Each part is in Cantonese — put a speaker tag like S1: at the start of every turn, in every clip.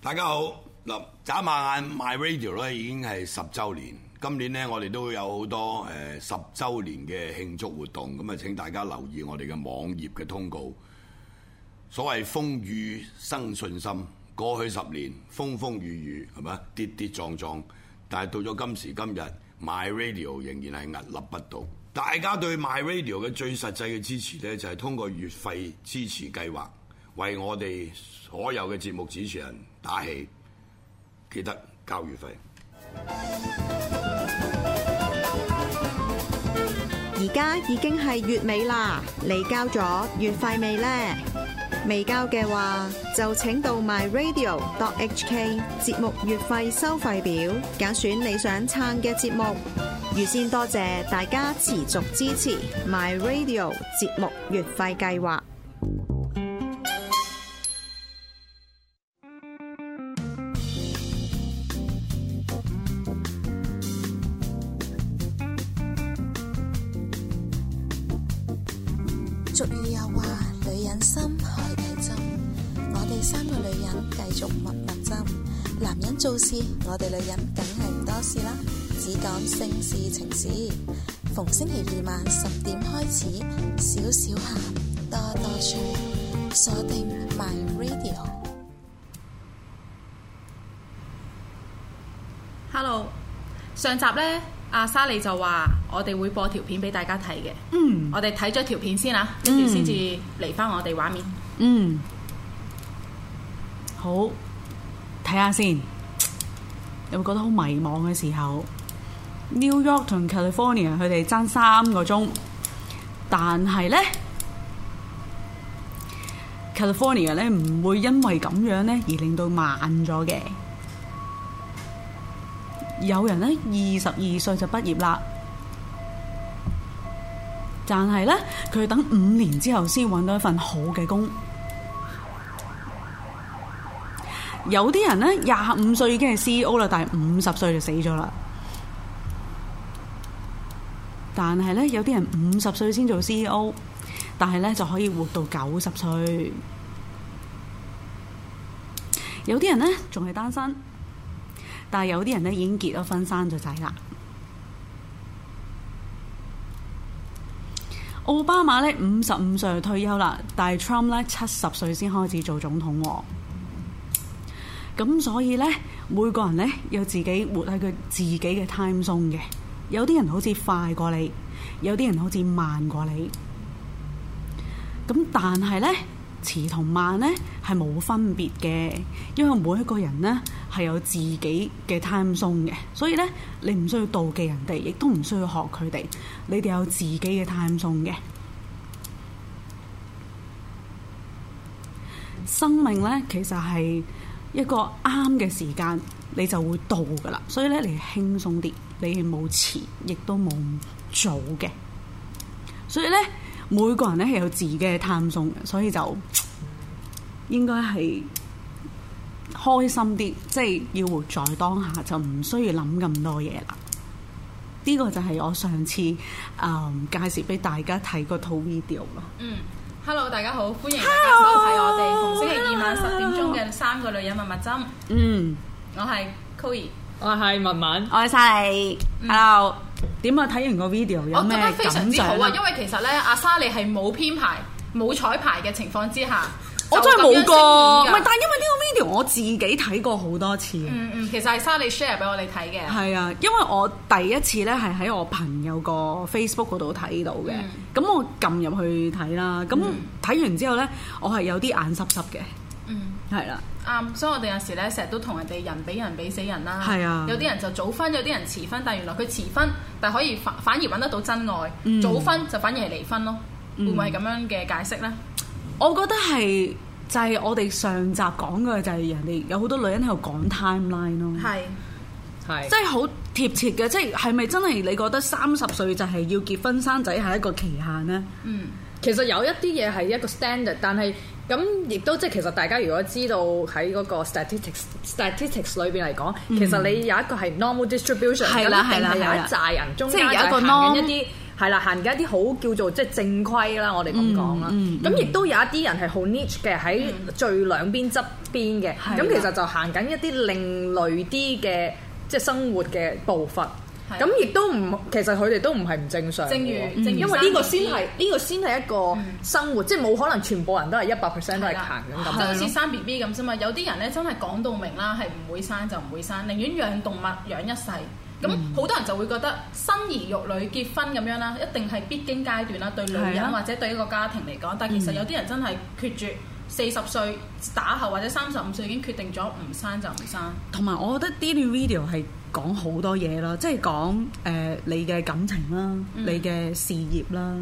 S1: 大家好，嗱，眨下眼 My Radio 咧已經係十週年，今年咧我哋都有好多誒十週年嘅慶祝活動，咁啊請大家留意我哋嘅網頁嘅通告。所謂風雨生信心，過去十年風風雨雨係咪跌跌撞撞，但係到咗今時今日，My Radio 仍然係屹立不倒。大家對 My Radio 嘅最實際嘅支持呢，就係通過月費支持計劃，為我哋所有嘅節目主持人打氣。記得交月費。
S2: 而家已經係月尾啦，你交咗月費未呢？未交嘅話，就請到 myradio.hk 節目月費收費表，揀選你想撐嘅節目。預先多謝大家持續支持 myradio 節目月費計劃。
S3: 俗語又話女人心海底針，我哋三個女人繼續密密針。男人做事，我哋女人梗係唔多事啦，只講性事情事。逢星期二晚十點開始，少少鹹，多多趣，鎖定 My Radio。
S4: Hello，上集呢，阿莎莉就話我哋會播條片俾大家睇嘅。嗯，我哋睇咗條片先啊，跟住先至嚟翻我哋畫面。
S5: 嗯，好，睇下先，有冇覺得好迷茫嘅時候？New York 同 California 佢哋爭三個鐘，但係呢 California 呢唔會因為咁樣呢而令到慢咗嘅。有人呢二十二歲就畢業啦。但係呢，佢等五年之後先揾到一份好嘅工。有啲人呢，廿五歲已經係 CEO 啦，但係五十歲就死咗啦。但係呢，有啲人五十歲先做 CEO，但係呢就可以活到九十歲。有啲人呢，仲係單身，但係有啲人呢已經結咗婚生咗仔啦。奧巴馬咧五十五歲就退休啦，但係 Trump 咧七十歲先開始做總統喎。咁所以呢，每個人呢有自己活喺佢自己嘅 time zone 嘅。有啲人好似快過你，有啲人好似慢過你。咁但係呢，遲同慢呢係冇分別嘅，因為每一個人呢係有自己嘅 time zone 嘅，所以呢，你唔需要妒忌人哋，亦都唔需要學佢哋，你哋有自己嘅 time zone 嘅。生命呢，其實係一個啱嘅時間，你就會到噶啦。所以呢，你係輕鬆啲，你係冇遲，亦都冇早嘅。所以呢，每個人呢係有自己嘅探送嘅，所以就應該係開心啲，即係要活在當下，就唔需要諗咁多嘢啦。呢、個就係我上次誒、嗯介紹俾大家睇嗰套 video 咯。
S4: 嗯，Hello，大家好，歡迎大家收睇我哋逢星期二晚十點鐘嘅三個女人蜜蜜針。
S5: 嗯，
S4: 我係 Koey，
S6: 我係文文，
S5: 我係晒你。Hello，點啊？睇完個 video 有
S4: 我
S5: 咩
S4: 覺得非常
S5: 感
S4: 之好
S5: 想
S4: 啊，因為其實呢，阿莎莉係冇編排、冇彩排嘅情況之下，
S5: 我真係
S4: 就咁樣
S5: 冇過，唔
S4: 先演
S5: 係，
S4: 㗎
S5: 但係因為呢個 video 我自己睇過好多次嘅，
S4: 嗯嗯，其實係莎莉 share 俾我哋睇嘅。
S5: 係啊，因為我第一次咧係喺我朋友個 Facebook 嗰度睇到嘅，
S4: 嗯
S5: 咁、我撳入去睇啦，咁睇完之後咧，我係有啲眼濕濕嘅，
S4: 嗯。
S5: 係啦，
S4: 啱，所以我哋有時咧，成日都同人哋人比人比死人啦。
S5: 係啊
S4: 有啲人就早婚，有啲人遲婚，但係原來佢遲婚，但係可以反反而揾得到真愛。
S5: 嗯
S4: 早婚就反而係離婚咯，會唔會係咁樣嘅解釋呢？
S5: 我覺得係就係、我哋上集講嘅就係人哋有好多女人喺度講 timeline 咯。
S4: 係
S6: 係
S5: 即係好貼切嘅，即係係咪真係你覺得三十歲就係要結婚生仔係一個期限呢？
S4: 嗯
S6: 其實有一啲嘢係一個 standard，但係咁亦都即係其實大家如果知道喺嗰個 statistics statistics 裏邊嚟講，其實你有一個係 normal distribution，
S5: 嗯係啦
S6: 咁一定
S5: 係啦係啦
S6: 係有一紮人中間
S5: 即係有一個
S6: 就係
S5: norm
S6: 行緊一啲係啦，行緊一啲好叫做即係正規啦，我哋
S5: 嗯
S6: 咁講啦。咁亦都有一啲人係好 niche 嘅，喺最兩邊側邊嘅。
S5: 係啦
S6: 咁其實就行緊一啲另類啲嘅即係生活嘅步伐。
S4: 係
S6: 咁亦都唔，其實佢哋都唔係唔正常嘅喎。
S4: 正如正如
S6: 因為呢個
S4: 生
S6: 先係
S4: 意
S6: 呢個先係一個生活，即係冇可能全部人都係一百 percent 嗯都係行緊咁
S4: 就好
S6: 樣
S4: 似
S6: 咯。
S4: 生 B B 咁啫嘛。有啲人咧真係講到明啦，係唔會生就唔會生，寧願養動物養一世。咁
S6: 嗯
S4: 好多人就會覺得生兒育女、結婚咁樣啦，一定係必經階段啦，對女
S5: 係啊
S4: 人或者對一個家庭嚟講。但
S6: 嗯
S4: 其實有啲人真係決絕四十歲打後或者三十五歲已經決定咗唔生就唔生。
S5: 同埋我覺得呢段 video 係講好多嘢啦，即係講誒你嘅感情啦、
S6: 嗯
S5: 你嘅事業啦、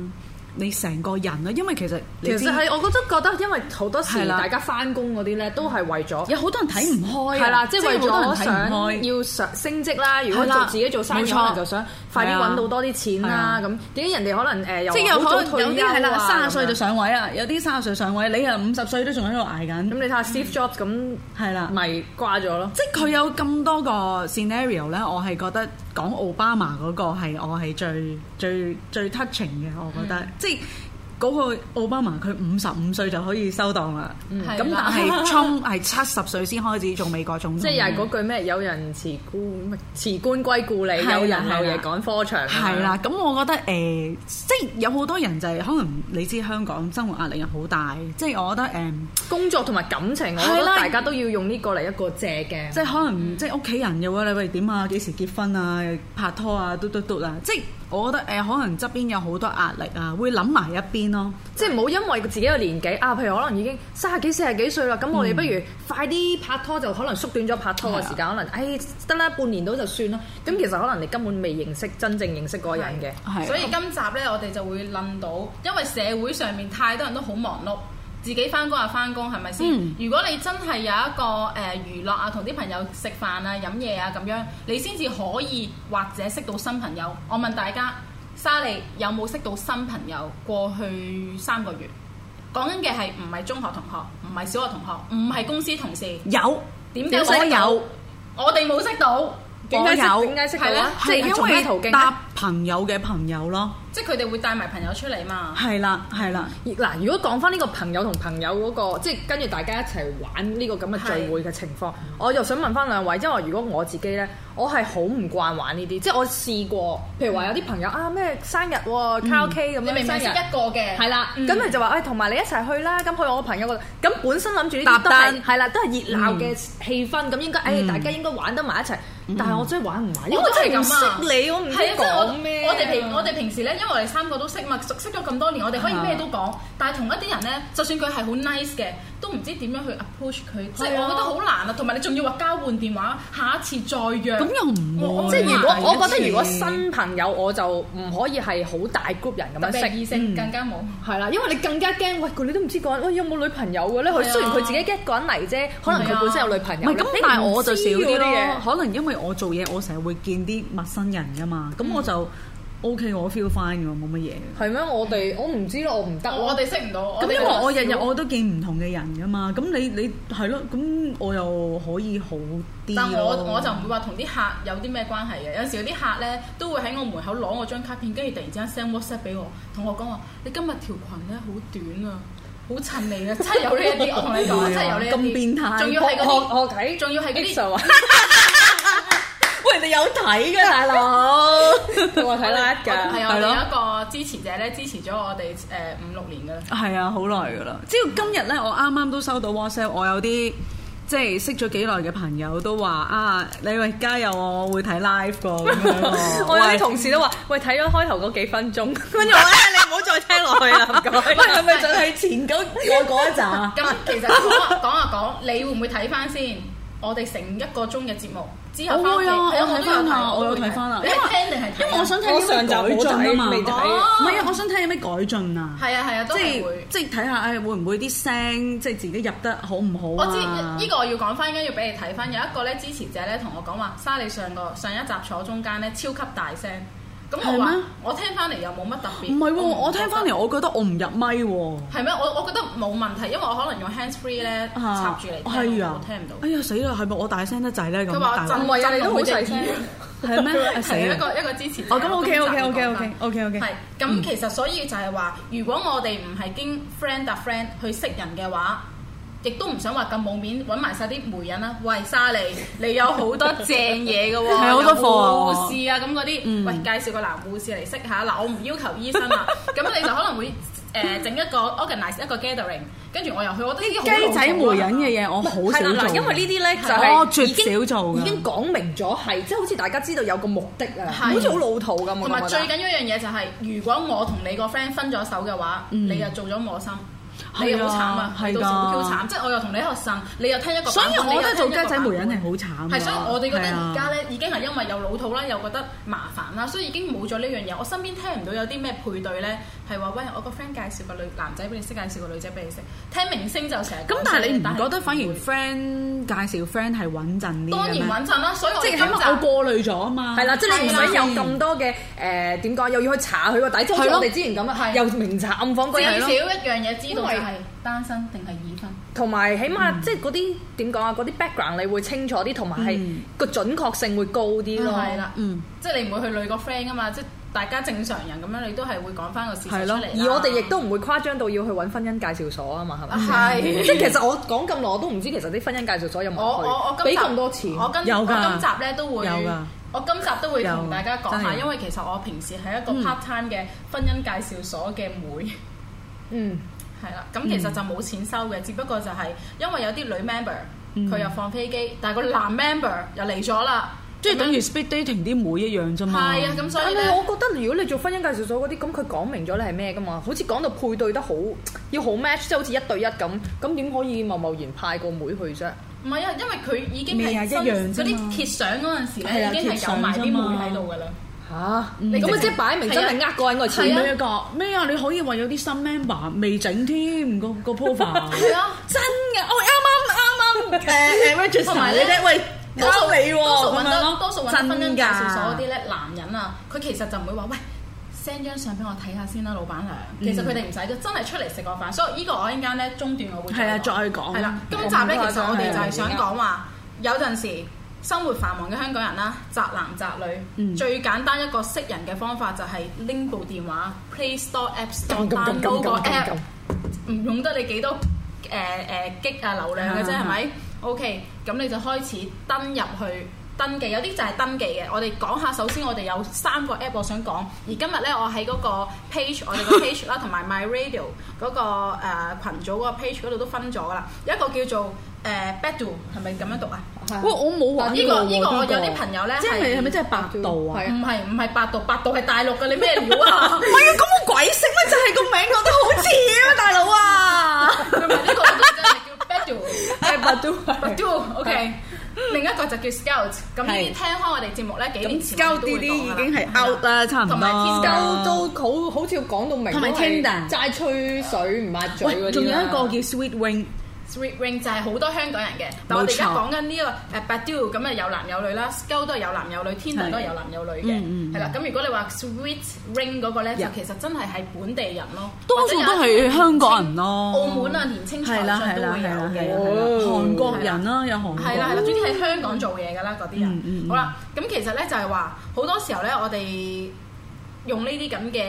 S5: 你成個人啦，因為其實你
S6: 其
S5: 知
S6: 實係我覺得覺得，因為好多
S5: 係
S6: 時
S5: 啦
S6: 大家翻工嗰啲咧，都係為咗
S5: 有好多人睇唔開啊，
S6: 係啦，即係為
S5: 好多人
S6: 咗
S5: 睇唔開
S6: 想要上升職啦。如果
S5: 係啦
S6: 做自己做生意，
S5: 冇錯
S6: 可能就想快啲
S5: 係啊
S6: 揾到多啲錢啦。咁點解人哋可能誒又
S5: 即係有
S6: 好早
S5: 可能有
S6: 退
S5: 啲
S6: 休
S5: 係啦，
S6: 啊
S5: 三十歲
S6: 咁
S5: 就
S6: 樣
S5: 上位啦，有啲三十歲上位，你又五十歲都仲喺度捱緊，
S6: 咁你睇下 Steve Jobs 咁
S5: 係啦。
S6: 咪掛咗咯。
S5: 即係佢有咁多個 scenario 咧，我係覺得講奧巴馬嗰個係我係最最最 touching 嘅，我覺
S6: 嗯
S5: 得、即係。嗰個奧巴馬佢五十五歲就可以收檔啦，咁、
S6: 嗯
S4: 係
S5: 但
S4: 啦
S5: 係 Trump 係七十歲先開始做美國總統，
S6: 即係又係嗰句咩？有人辭官，咩辭官歸故里；
S5: 係啦
S6: 有人後
S5: 係
S6: 夜
S5: 啦
S6: 趕科場。
S5: 係啦，咁我覺得誒、呃即係有好多人就係、可能你知香港生活壓力又好大，即係我覺得誒。呃
S6: 工作同埋感情，我覺
S5: 係
S6: 得
S5: 啦
S6: 大家都要用呢個嚟一個借鏡。
S5: 即係可能即係屋企人嘅話，你喂點啊？幾時結婚啊？拍拖啊？嘟嘟嘟啊！即係我覺得誒、呃可能側邊有好多壓力啊，會諗埋一邊咯。
S6: 即係唔好因為自己嘅年紀啊，譬如可能已經三十幾、四十幾歲啦，咁
S5: 嗯
S6: 我哋不如快啲拍拖，就可能縮短咗拍拖嘅時
S5: 啊
S6: 間，可能誒得啦，半年到就算啦。咁其實可能你根本未認識真正認識嗰個人嘅，
S5: 係
S4: 所以今集呢，我哋就會論到，因為社會上面太多人都好忙碌，自己翻工啊翻工，係咪先？
S5: 嗯
S4: 如果你真係有一個誒、呃、娛樂啊，同啲朋友食飯啊、飲嘢啊咁樣，你先至可以或者識到新朋友。我問大家，莎莉有冇識到新朋友？過去三個月講緊嘅係唔係中學同學，唔係小學同學，唔係公司同事，
S5: 有
S4: 點解
S5: 有
S4: 識到
S5: 有，
S4: 我哋冇識到，
S6: 點解識
S5: 我有
S6: 點解識到
S4: 係
S6: 咧
S4: 呢？
S6: 即係
S5: 係啊
S6: 從咩
S5: 因
S6: 途徑
S5: 為
S6: 呢
S5: 搭朋友嘅朋友咯。
S4: 即係佢哋會帶埋朋友出嚟嘛。
S5: 係啦，係啦，
S6: 嗱，如果講翻呢個朋友同朋友嗰、個，即係跟住大家一齊玩呢個咁嘅聚會嘅情況，我又想問翻兩位，因為如果我自己呢，我係好唔慣玩呢啲，即係我試過，譬如話有啲朋友啊咩生日喎，卡拉 OK 咁
S4: 嗯你明
S6: 樣
S4: 明
S6: 生
S4: 識
S6: 日。
S4: 一個嘅，
S6: 係啦，
S4: 嗯
S6: 咁啊咪就話誒，同埋你一齊去啦，咁去我朋友嗰度，咁本身諗住呢
S5: 搭
S6: 啲都係
S5: 單
S6: 係啦，都係熱鬧嘅
S4: 嗯
S6: 氣氛，咁應該誒大家應該玩得埋一齊，但係我真係玩唔埋，因為
S4: 我
S6: 我
S4: 都
S6: 真
S4: 係
S6: 係唔
S4: 咁啊！
S6: 識你，我唔知
S4: 係啊即係我
S6: 講咩。
S4: 我哋平我哋平時咧，因為我哋三個都識嘛，熟識咗咁多年，我哋可以咩都講。但係同一啲人咧，就算佢係好 nice 嘅，都唔知點樣去 approach 佢，即係我覺得好難啊！同埋你仲要話交換電話，下一次再約。
S5: 咁又唔
S4: 嗯我
S5: 會
S6: 即係如果我覺得如果
S5: 第一次
S6: 新朋友我就唔可以係好大 group 人咁
S4: 特
S6: 樣
S4: 別係
S6: 識。
S4: 異性更加冇。
S6: 係啦，因為你更加驚，喂，佢你都唔知嗰個人，喂有冇女朋友嘅咧？佢
S4: 係啊
S6: 雖然佢自己一個人嚟啫，可能佢本身有女朋
S5: 唔
S6: 友
S5: 係咁
S6: 咧。你，
S5: 但係我就
S6: 知
S5: 少啲
S6: 嗰
S5: 咯。
S6: 嘢。
S5: 可能因為我做嘢，我成日會見啲陌生人噶嘛，咁我就 O K，我 feel fine 嘅，冇乜嘢。
S6: 係咩？我哋我唔知咯，我唔得咯。
S4: 我哋識唔到。
S5: 咁因為
S4: 哋
S5: 我日日我都見唔同嘅人噶嘛，咁你你係咯，咁我又可以好啲
S4: 但我
S5: 咯
S4: 我就唔會話同啲客有啲咩關係嘅，有時有啲客咧都會喺我門口攞我張卡片，跟住突然之間 send WhatsApp 俾我，同我講話：你今日條裙咧好短啊，好襯你啊！真係有呢一啲，我同你講，真係有呢一啲。
S5: 咁變態
S4: 仲要係嗰啲，
S6: 我睇
S4: 仲要係嗰
S6: X 啊
S4: 啲，
S5: 喂，你有睇嘅大佬，
S6: 我睇啦㗎。
S4: 係啊我
S5: 係
S4: 哋
S5: 咯
S4: 有一個支持者咧，支持咗我哋誒五六年㗎啦。
S5: 係啊，好耐噶啦。只要今日咧，我啱啱都收到 WhatsApp，我有啲即係識咗幾耐嘅朋友都話啊，你喂加油啊，我會睇 live 個咁樣喎。
S6: 我有啲
S5: 喂
S6: 同事都話：哦喂，睇咗開頭嗰幾分鐘， 跟住我咧，你唔好再聽落去啦，唔該。 喂，係咪就係前 嗰我嗰一集啊？
S4: 咁其實講啊講啊講，你會唔會睇翻先？我哋成一個鐘嘅節目之後翻
S5: 我
S4: 屋
S5: 會
S4: 企，
S5: 啊
S4: 係
S5: 我睇返啊
S4: 我
S5: 我
S4: 都
S5: 有
S4: 會
S5: 睇返啊
S4: 你
S5: 因為
S4: 係聽定係睇啊？
S5: 因為我想睇
S6: 我
S5: 有
S6: 上集
S5: 咩改進啊嘛，
S6: 冇睇未睇
S5: 唔係啊，我想睇有咩改進啊。
S4: 係啊係啊，都
S5: 即
S4: 係
S5: 係
S4: 會。
S5: 即係睇下誒會唔會啲聲即係自己入得好唔好
S4: 我
S5: 啊？
S4: 知呢個我要講翻，應該要俾你睇翻。有一個咧支持者咧同我講話，莎莉上個上一集坐中間咧超級大聲，咁
S5: 係
S4: 我話
S5: 咩
S4: 我聽翻嚟又冇乜特別。
S5: 唔係喎，
S4: 唔
S5: 我聽翻
S4: 覺得
S5: 嚟，我覺得我唔入咪喎。
S4: 係咩？我我覺得冇問題，因為我可能用 hands free 咧插住嚟聽，
S5: 係
S4: 我
S5: 啊
S4: 聽唔到
S5: 哎。呀死啦，係咪我大聲得滯咧咁？
S4: 佢話
S5: 大
S4: 震
S5: 鑊
S6: 唔係啊你都好
S4: 震到
S6: 細聲
S4: 隻耳
S5: 係咩？啊死
S4: 係一
S5: 啦！
S4: 個一個支持者。
S5: 哦咁 OK
S4: 公
S5: OK
S4: 站
S5: OK
S4: 嘅講
S5: OK
S4: 法
S5: OK
S4: 係
S5: OK。
S4: 咁，其實所以就係話，如果我哋唔係經 friend 搭 friend 去識人嘅話，亦都唔想話咁冇面揾埋晒啲媒人啦。喂，莎 莉，你有好多正嘢嘅喎，
S5: 係好多貨啊
S4: 有護
S5: 我
S4: 士啊咁嗰啲，
S5: 嗯
S4: 喂介紹個男護士嚟識下嗱，我唔要求醫生 啦，咁你就可能會誒整一個 organize 一個 gathering，跟住我又去，我覺得呢啲好
S5: 雞仔
S4: 老土啊
S5: 媒人嘅嘢我好
S6: 係啦，
S5: 少
S6: 嗱，
S5: 做。
S6: 因為呢啲咧就
S5: 我
S6: 係
S5: 絕
S6: 已經
S5: 少做㗎
S6: 已經講明咗係，即係好似大家知道有個目的啊，
S4: 係
S6: 好似好老土咁。
S4: 同埋
S6: 我覺
S4: 最
S6: 得
S4: 緊要一樣嘢就係，如果我同你個 friend 分咗手嘅話，你又做咗我心，你又好慘啊，
S5: 嗯係㗎
S4: 你到時好 Q 慘，即係我又同你一學生，你又聽一個版本，
S5: 所以我覺得做雞仔媒人係
S4: 係。
S5: 好慘㗎。
S4: 係，所以我哋覺得
S5: 係啊
S4: 而家咧已經係因為又老土啦，又覺得麻煩啦，所以已經冇咗呢樣嘢。我身邊聽唔到有啲咩配對咧，係話喂，我個 friend 介紹個女男仔俾你識，介紹個女仔俾你識。聽明星就成日講
S5: 咁但係你唔
S4: 係
S5: 覺得反而 friend 介紹 friend 係穩陣啲嘅咩
S4: 當然穩陣啦，所以我
S5: 即
S4: 哋
S5: 係
S4: 今
S5: 起碼我
S4: 集
S5: 過濾咗啊嘛。
S6: 係啦，即係你唔使有
S5: 係啊啦
S6: 咁多嘅誒點講，又要去查佢個底，即係好似
S5: 係咯
S6: 我哋之前咁啊，
S4: 係
S6: 又明查暗訪嗰
S4: 最
S6: 啲
S4: 少
S6: 咯
S4: 一樣嘢知道就
S6: 因為
S4: 係單身定係已婚。
S6: 同埋起
S5: 嗯
S6: 碼即係嗰啲點講啊，嗰啲 background 你會清楚啲，同埋係
S5: 嗯
S6: 個準確性會高啲咯。
S4: 啊係啦，
S5: 嗯
S4: 即係你唔會去累個 friend 噶嘛，即係大家正常人咁樣，你都係會講翻個事實
S5: 係
S4: 出
S5: 咯
S4: 嚟啦。
S6: 而我哋亦都唔會誇張到要去揾婚姻介紹所啊嘛，係咪？
S4: 係
S6: 即係其實我講咁耐，我都唔知其實啲婚姻介紹所有冇
S4: 我我我
S6: 人去，
S4: 今
S6: 俾
S4: 集
S6: 咁多錢。
S4: 我今
S5: 有
S4: 我
S5: 㗎
S4: 今集咧都會
S5: 有㗎
S4: 我今集都會
S5: 有嗯
S4: 同大家講
S5: 真
S4: 下，
S5: 係
S4: 因為其實我平時係一個 part time 嘅婚姻介紹所嘅妹。
S6: 嗯，
S4: 係啦，咁其實就冇錢收嘅，只不過就係因為有啲女
S5: 嗯
S4: member 佢又放飛機，但係個男 member 又嚟咗啦，
S5: 即係等於 speed dating 啲妹一樣啫
S4: 係
S5: 嘛。
S4: 啊，咁所
S6: 但
S4: 以
S6: 係
S4: 咧。
S6: 我覺得如果你做婚姻介紹所嗰啲，咁佢講明咗你係咩噶嘛？好似講到配對得好，要好 match，即係好似一對一咁，咁點可以貿貿然派個妹去啫？
S4: 唔係啊，因為佢已經
S5: 未啊
S4: 係
S5: 一
S4: 新
S5: 樣啫
S4: 嗰
S5: 嘛
S4: 啲揭相嗰陣時
S5: 係
S4: 咧，
S5: 啊
S4: 已經係有埋啲
S5: 揭相啫
S4: 妹
S5: 嘛
S4: 喺度㗎啦。
S6: 嚇，
S4: 你直
S6: 咁啊即
S4: 情
S6: 係擺明真係呃個人個錢
S4: 係啊
S5: 咩噶？咩啊？你可以話有啲新 member 未整添個個 profile。
S4: 係啊。
S5: 真嘅，哦我啱啱啱啱誒誒 register
S4: 同埋咧
S5: 嗰啲喂
S4: 多數
S5: 交你喎，
S4: 多數揾
S5: 咁樣
S4: 得
S5: 咯
S4: 多數揾得婚姻
S5: 真
S4: 介
S5: 㗎
S4: 紹所嗰啲咧，男人啊，佢其實就唔會話喂 send 張相俾我睇下先啦，老闆娘。
S5: 嗯
S4: 其實佢哋唔使嘅，真係出嚟食個飯。所以呢個我一陣間咧中段我會
S5: 係啊
S4: 講
S5: 再講
S4: 係啦，今集咧
S6: 講
S4: 其實我哋就係
S6: 係
S4: 想講話，有陣時生活繁忙嘅香港人啦，宅男宅女，
S5: 嗯
S4: 最簡單一個識人嘅方法就係拎部電話 Play Store、App Store
S6: 撳撳撳撳
S4: download 個
S6: 撳撳
S4: app
S6: 撳。。
S4: 唔用得你幾多誒誒、激啊流量嘅啫，
S5: 啊
S4: 係咪？OK，咁你就開始登入去登記，有啲就係登記嘅。我哋講下，首先我哋有三個 app 我想講，而今日呢，我喺嗰個 page，我哋 個 page 啦，同埋 My Radio 嗰、個誒、呃、群組嗰個 page 嗰度都分咗噶啦，有一個叫做誒 Badoo 係咪咁樣讀啊？
S5: 喂，我冇玩
S4: 呢、
S5: 過
S4: 個
S5: 喎
S4: 呢、個我有
S5: 呢
S4: 啲朋友呢，
S5: 即係係咪真係百度啊？
S6: 係
S4: 唔係唔係百度，百度係大陸嘅，你咩料 啊？
S5: 唔係啊，咁我鬼識咩？就係個名覺得好似啊，大佬啊！
S4: 佢咪呢個我真係叫 Badoo。
S6: 係百度，
S4: But do，OK。另一個就叫 Scout，咁呢啲
S5: 係
S4: 聽開我哋節目咧幾年前我
S5: Scout
S4: 哋都會
S5: 呢啲已
S4: 講㗎啦
S5: 經係 out 啦，差唔多。
S4: 同埋 Tisco
S6: 都都好好似講到明，
S5: 同埋
S6: 都係
S5: Tinder
S6: 齋吹水唔抹嘴嗰啲啦
S5: 喂，仲有一個叫 Sweet Wing，
S4: Sweet Ring 就係好多香港人嘅，但我哋而家講緊呢個誒 Badu 咁啊有男有女啦，Scout 都係有男有女，Tinder
S5: 係
S4: 都係有男有女
S5: 嗯
S4: 嘅，
S5: 嗯
S4: 係啦。咁如果你話 Sweet Ring 嗰個咧，就
S5: Ừ, Yeah
S4: 其實真係係本地人咯，
S5: 多數都係香港人咯。
S4: 澳門啊年青才
S5: 係
S4: 俊
S5: 啦係
S4: 都
S5: 啦
S4: 會
S5: 係啦係
S4: 有
S5: 啦
S4: 嘅。
S5: 係啦，
S6: 哦
S5: 韓國人啦有韓國。
S4: 係啦係啦，總之喺香港做嘢㗎啦，嗰啲人
S5: 嗯。嗯嗯
S4: 好啦，咁其實咧就係話好多時候咧，我哋用呢啲咁嘅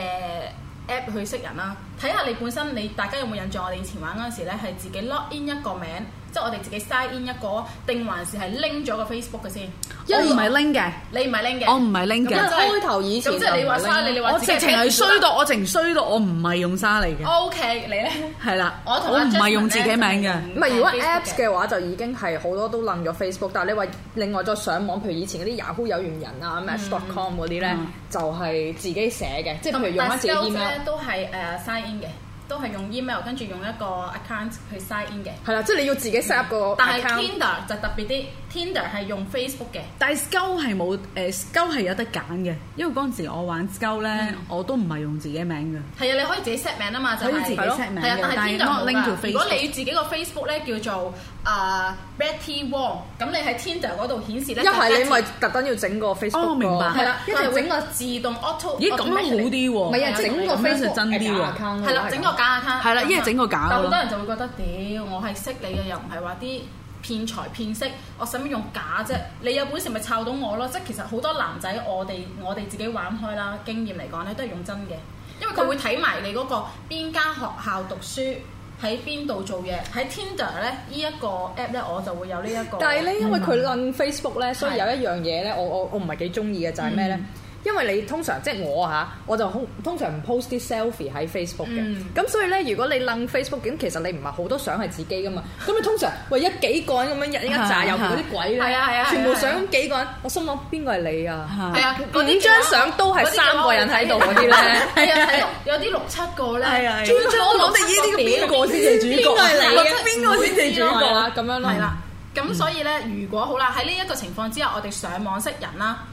S4: app 去識人啦，睇下你本身你大家有冇印象？我哋以前玩嗰陣時咧，係自己 log in 一個名，即係我哋自己 sign in 一個，定還是係拎咗個 Facebook 嘅先？
S5: 我唔係拎嘅，
S4: 你唔係拎嘅，
S5: 我唔係拎
S4: 咁
S5: 嘅
S4: 真。係
S6: 開頭以前
S4: 咁即係你話
S6: 就唔係拎
S4: sign，你話
S5: 我
S4: 自己
S5: 直情係衰到，我直情衰到，我唔係用沙嚟嘅，
S4: O K，你咧？
S5: 係啦，
S4: 我同
S5: 我
S4: 阿
S5: 唔係
S4: Jasmine
S5: 用自己名
S4: 咧
S5: 嘅，
S6: 唔係，如果
S4: Facebook
S6: Apps 嘅話就已經係好多都楞咗 Facebook，但係你話另外再上網，譬如以前嗰啲 Yahoo 有緣人啊、Match.com 嗰啲咧
S5: 嗯，
S6: 就係自己寫嘅，即係譬如用
S4: 但
S6: 翻自己
S4: Sales
S6: email，
S4: 咧都係誒 sign in 嘅，都係用 email 跟住用一個 account 去 sign in 嘅。
S6: 係啦，即係你要自己 set up 個
S4: 嗯但係
S6: account。
S4: Tinder 就特別啲，Tinder 係用 Facebook 嘅，
S5: 但係 Scout 係冇誒 Scout 係有得揀嘅，因為嗰陣時我玩 Scout 咧，我都唔係用自己名嘅。
S4: 係啊，你可以自己 set 名啊嘛，就係
S5: 可以自己 set 名嘅
S4: 係啊，但係
S5: 但係
S4: Tinder
S5: not link
S4: 冇
S5: to
S4: 㗎。如果
S5: Facebook
S4: 你自己個 Facebook 咧叫做啊 Red Tea Wall，咁你喺 Tinder 嗰度顯示咧，
S6: 一係你咪
S4: 就
S6: 特登要整個 Facebook
S5: 哦明白
S6: 個
S4: 係
S6: 係啦
S4: 啦，，
S6: 一
S4: 一
S6: 係
S4: 係
S6: 整
S4: 整
S6: 個
S4: 個自動 auto，
S5: 咦咁樣好啲喎
S6: 唔係啊，整個
S4: 咁樣
S6: Facebook
S5: 就真啲喎
S6: account 啊
S4: 係啦，整個假 account
S5: 係啦一係整個假嘅咯
S4: 但好多人就會覺得，屌，我係識你嘅，又唔係話啲騙財騙色，我使乜用假啫？你有本事咪抄到我咯！即係其實好多男仔，我哋我哋自己玩開啦，經驗嚟講咧，都係用真嘅，因為佢會睇埋你嗰個邊間學校讀書。喺邊度做嘢？喺 Tinder 咧，呢一個 app 咧，我就會有呢一個。
S6: 但係咧，因為
S5: 嗯
S6: 佢論 Facebook 咧，所以有一樣嘢咧，我我我唔係幾中意嘅就係咩
S5: 嗯
S6: 咧？因為你通常即係我嚇，我就通通常唔 post 啲 selfie 喺 Facebook 嘅，
S4: 嗯
S6: 咁、所以咧，如果你楞 Facebook 咁，其實你唔係好多相係自己噶嘛，咁你通常為一幾個人咁樣一一紮有嗰啲鬼咧，
S4: 係啊係啊
S6: 全部
S4: 係啊係啊
S6: 相幾個人，我心諗邊個係你啊？
S4: 係啊，嗰
S6: 五
S4: 啲啊
S6: 張相都係三個人喺度嗰啲咧，
S4: 係啊係啊，有啲六七個咧，
S5: 係啊係啊
S4: 專登攞
S6: 我哋呢啲邊個先係主角
S4: 邊個係你啊？
S6: 邊個先係主角啊咁樣咯
S4: 係啦，咁所以咧，如果好啦，喺呢一個情況之下，我哋上網識人啦，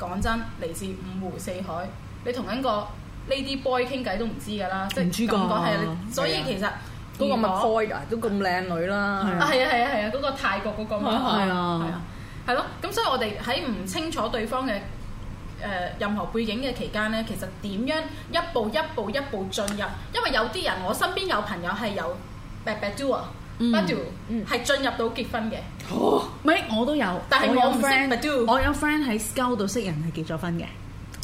S4: 講真，嚟自五湖四海，你同緊個 lady boy 傾偈都唔知㗎啦，即係
S5: 唔知㗎
S4: 咁講係啊，所以其實
S6: 嗰個
S4: 如
S6: 咪
S4: 果
S6: Koi 啊，都咁靚女啦，
S4: 啊，係啊係啊係啊，嗰、個泰國嗰個嘛，
S5: 係啊
S4: 係啊，係咯，咁所以我哋喺唔清楚對方嘅誒、呃任何背景嘅期間咧，其實點樣一步一步一步進入，因為有啲人我身邊有朋友係有 bad bad do 啊
S5: 嗯
S4: bad do 係進入到結婚嘅，
S5: 唔係我都有，
S4: 但係
S5: 我
S4: 我
S5: 有
S4: 唔識 Badoo
S5: friend，我有 friend 喺 s c o 度識人係結咗婚嘅。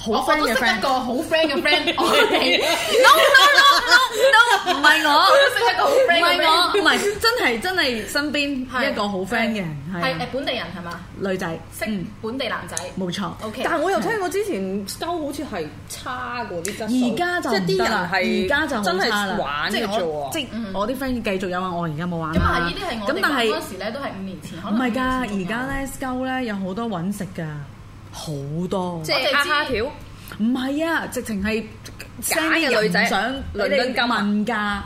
S4: 我我都識 一個好 friend 嘅 friend，我哋
S5: no no no no no，唔係我，
S4: 我都識一個好
S5: 唔
S4: friend 嘅
S5: 係
S4: friend，
S5: 我，唔係真係真係身邊一個好 friend 嘅人，
S4: 係
S5: 係
S4: 誒
S5: 啊
S4: 本地人係嘛，
S5: 女仔，
S4: 識
S5: 嗯
S4: 本地男仔
S5: 冇錯。
S4: ，OK，
S6: 但係我又聽過之前鳩好似係差過啲質素，
S5: 而家就
S6: 即係啲
S5: 唔得啦
S6: 人係
S5: 而家就好
S6: 真
S5: 差啦
S6: 係玩
S5: 即
S6: 嘅啫
S5: 係我
S6: 喎。
S5: 即係我啲 friend 繼續有玩，我而家冇玩
S4: 咁啊係
S5: 啦
S4: 呢。啲係我
S5: 咁
S4: 哋
S5: 但係
S4: 嗰陣時咧都啊係五年前，可
S5: 唔
S4: 能
S5: 係
S4: 五
S5: 㗎，
S4: 年
S5: 而
S4: 前
S5: 家
S4: 左右
S5: 咧 s c o 咧有好多揾食㗎，好多。
S6: 即
S4: 我哋
S6: 係
S4: 知
S6: 蝦蝦條，
S5: 唔係啊，直情係
S6: 假嘅
S5: send
S6: 女仔
S5: 人想
S6: 倫敦金啊
S5: 問價。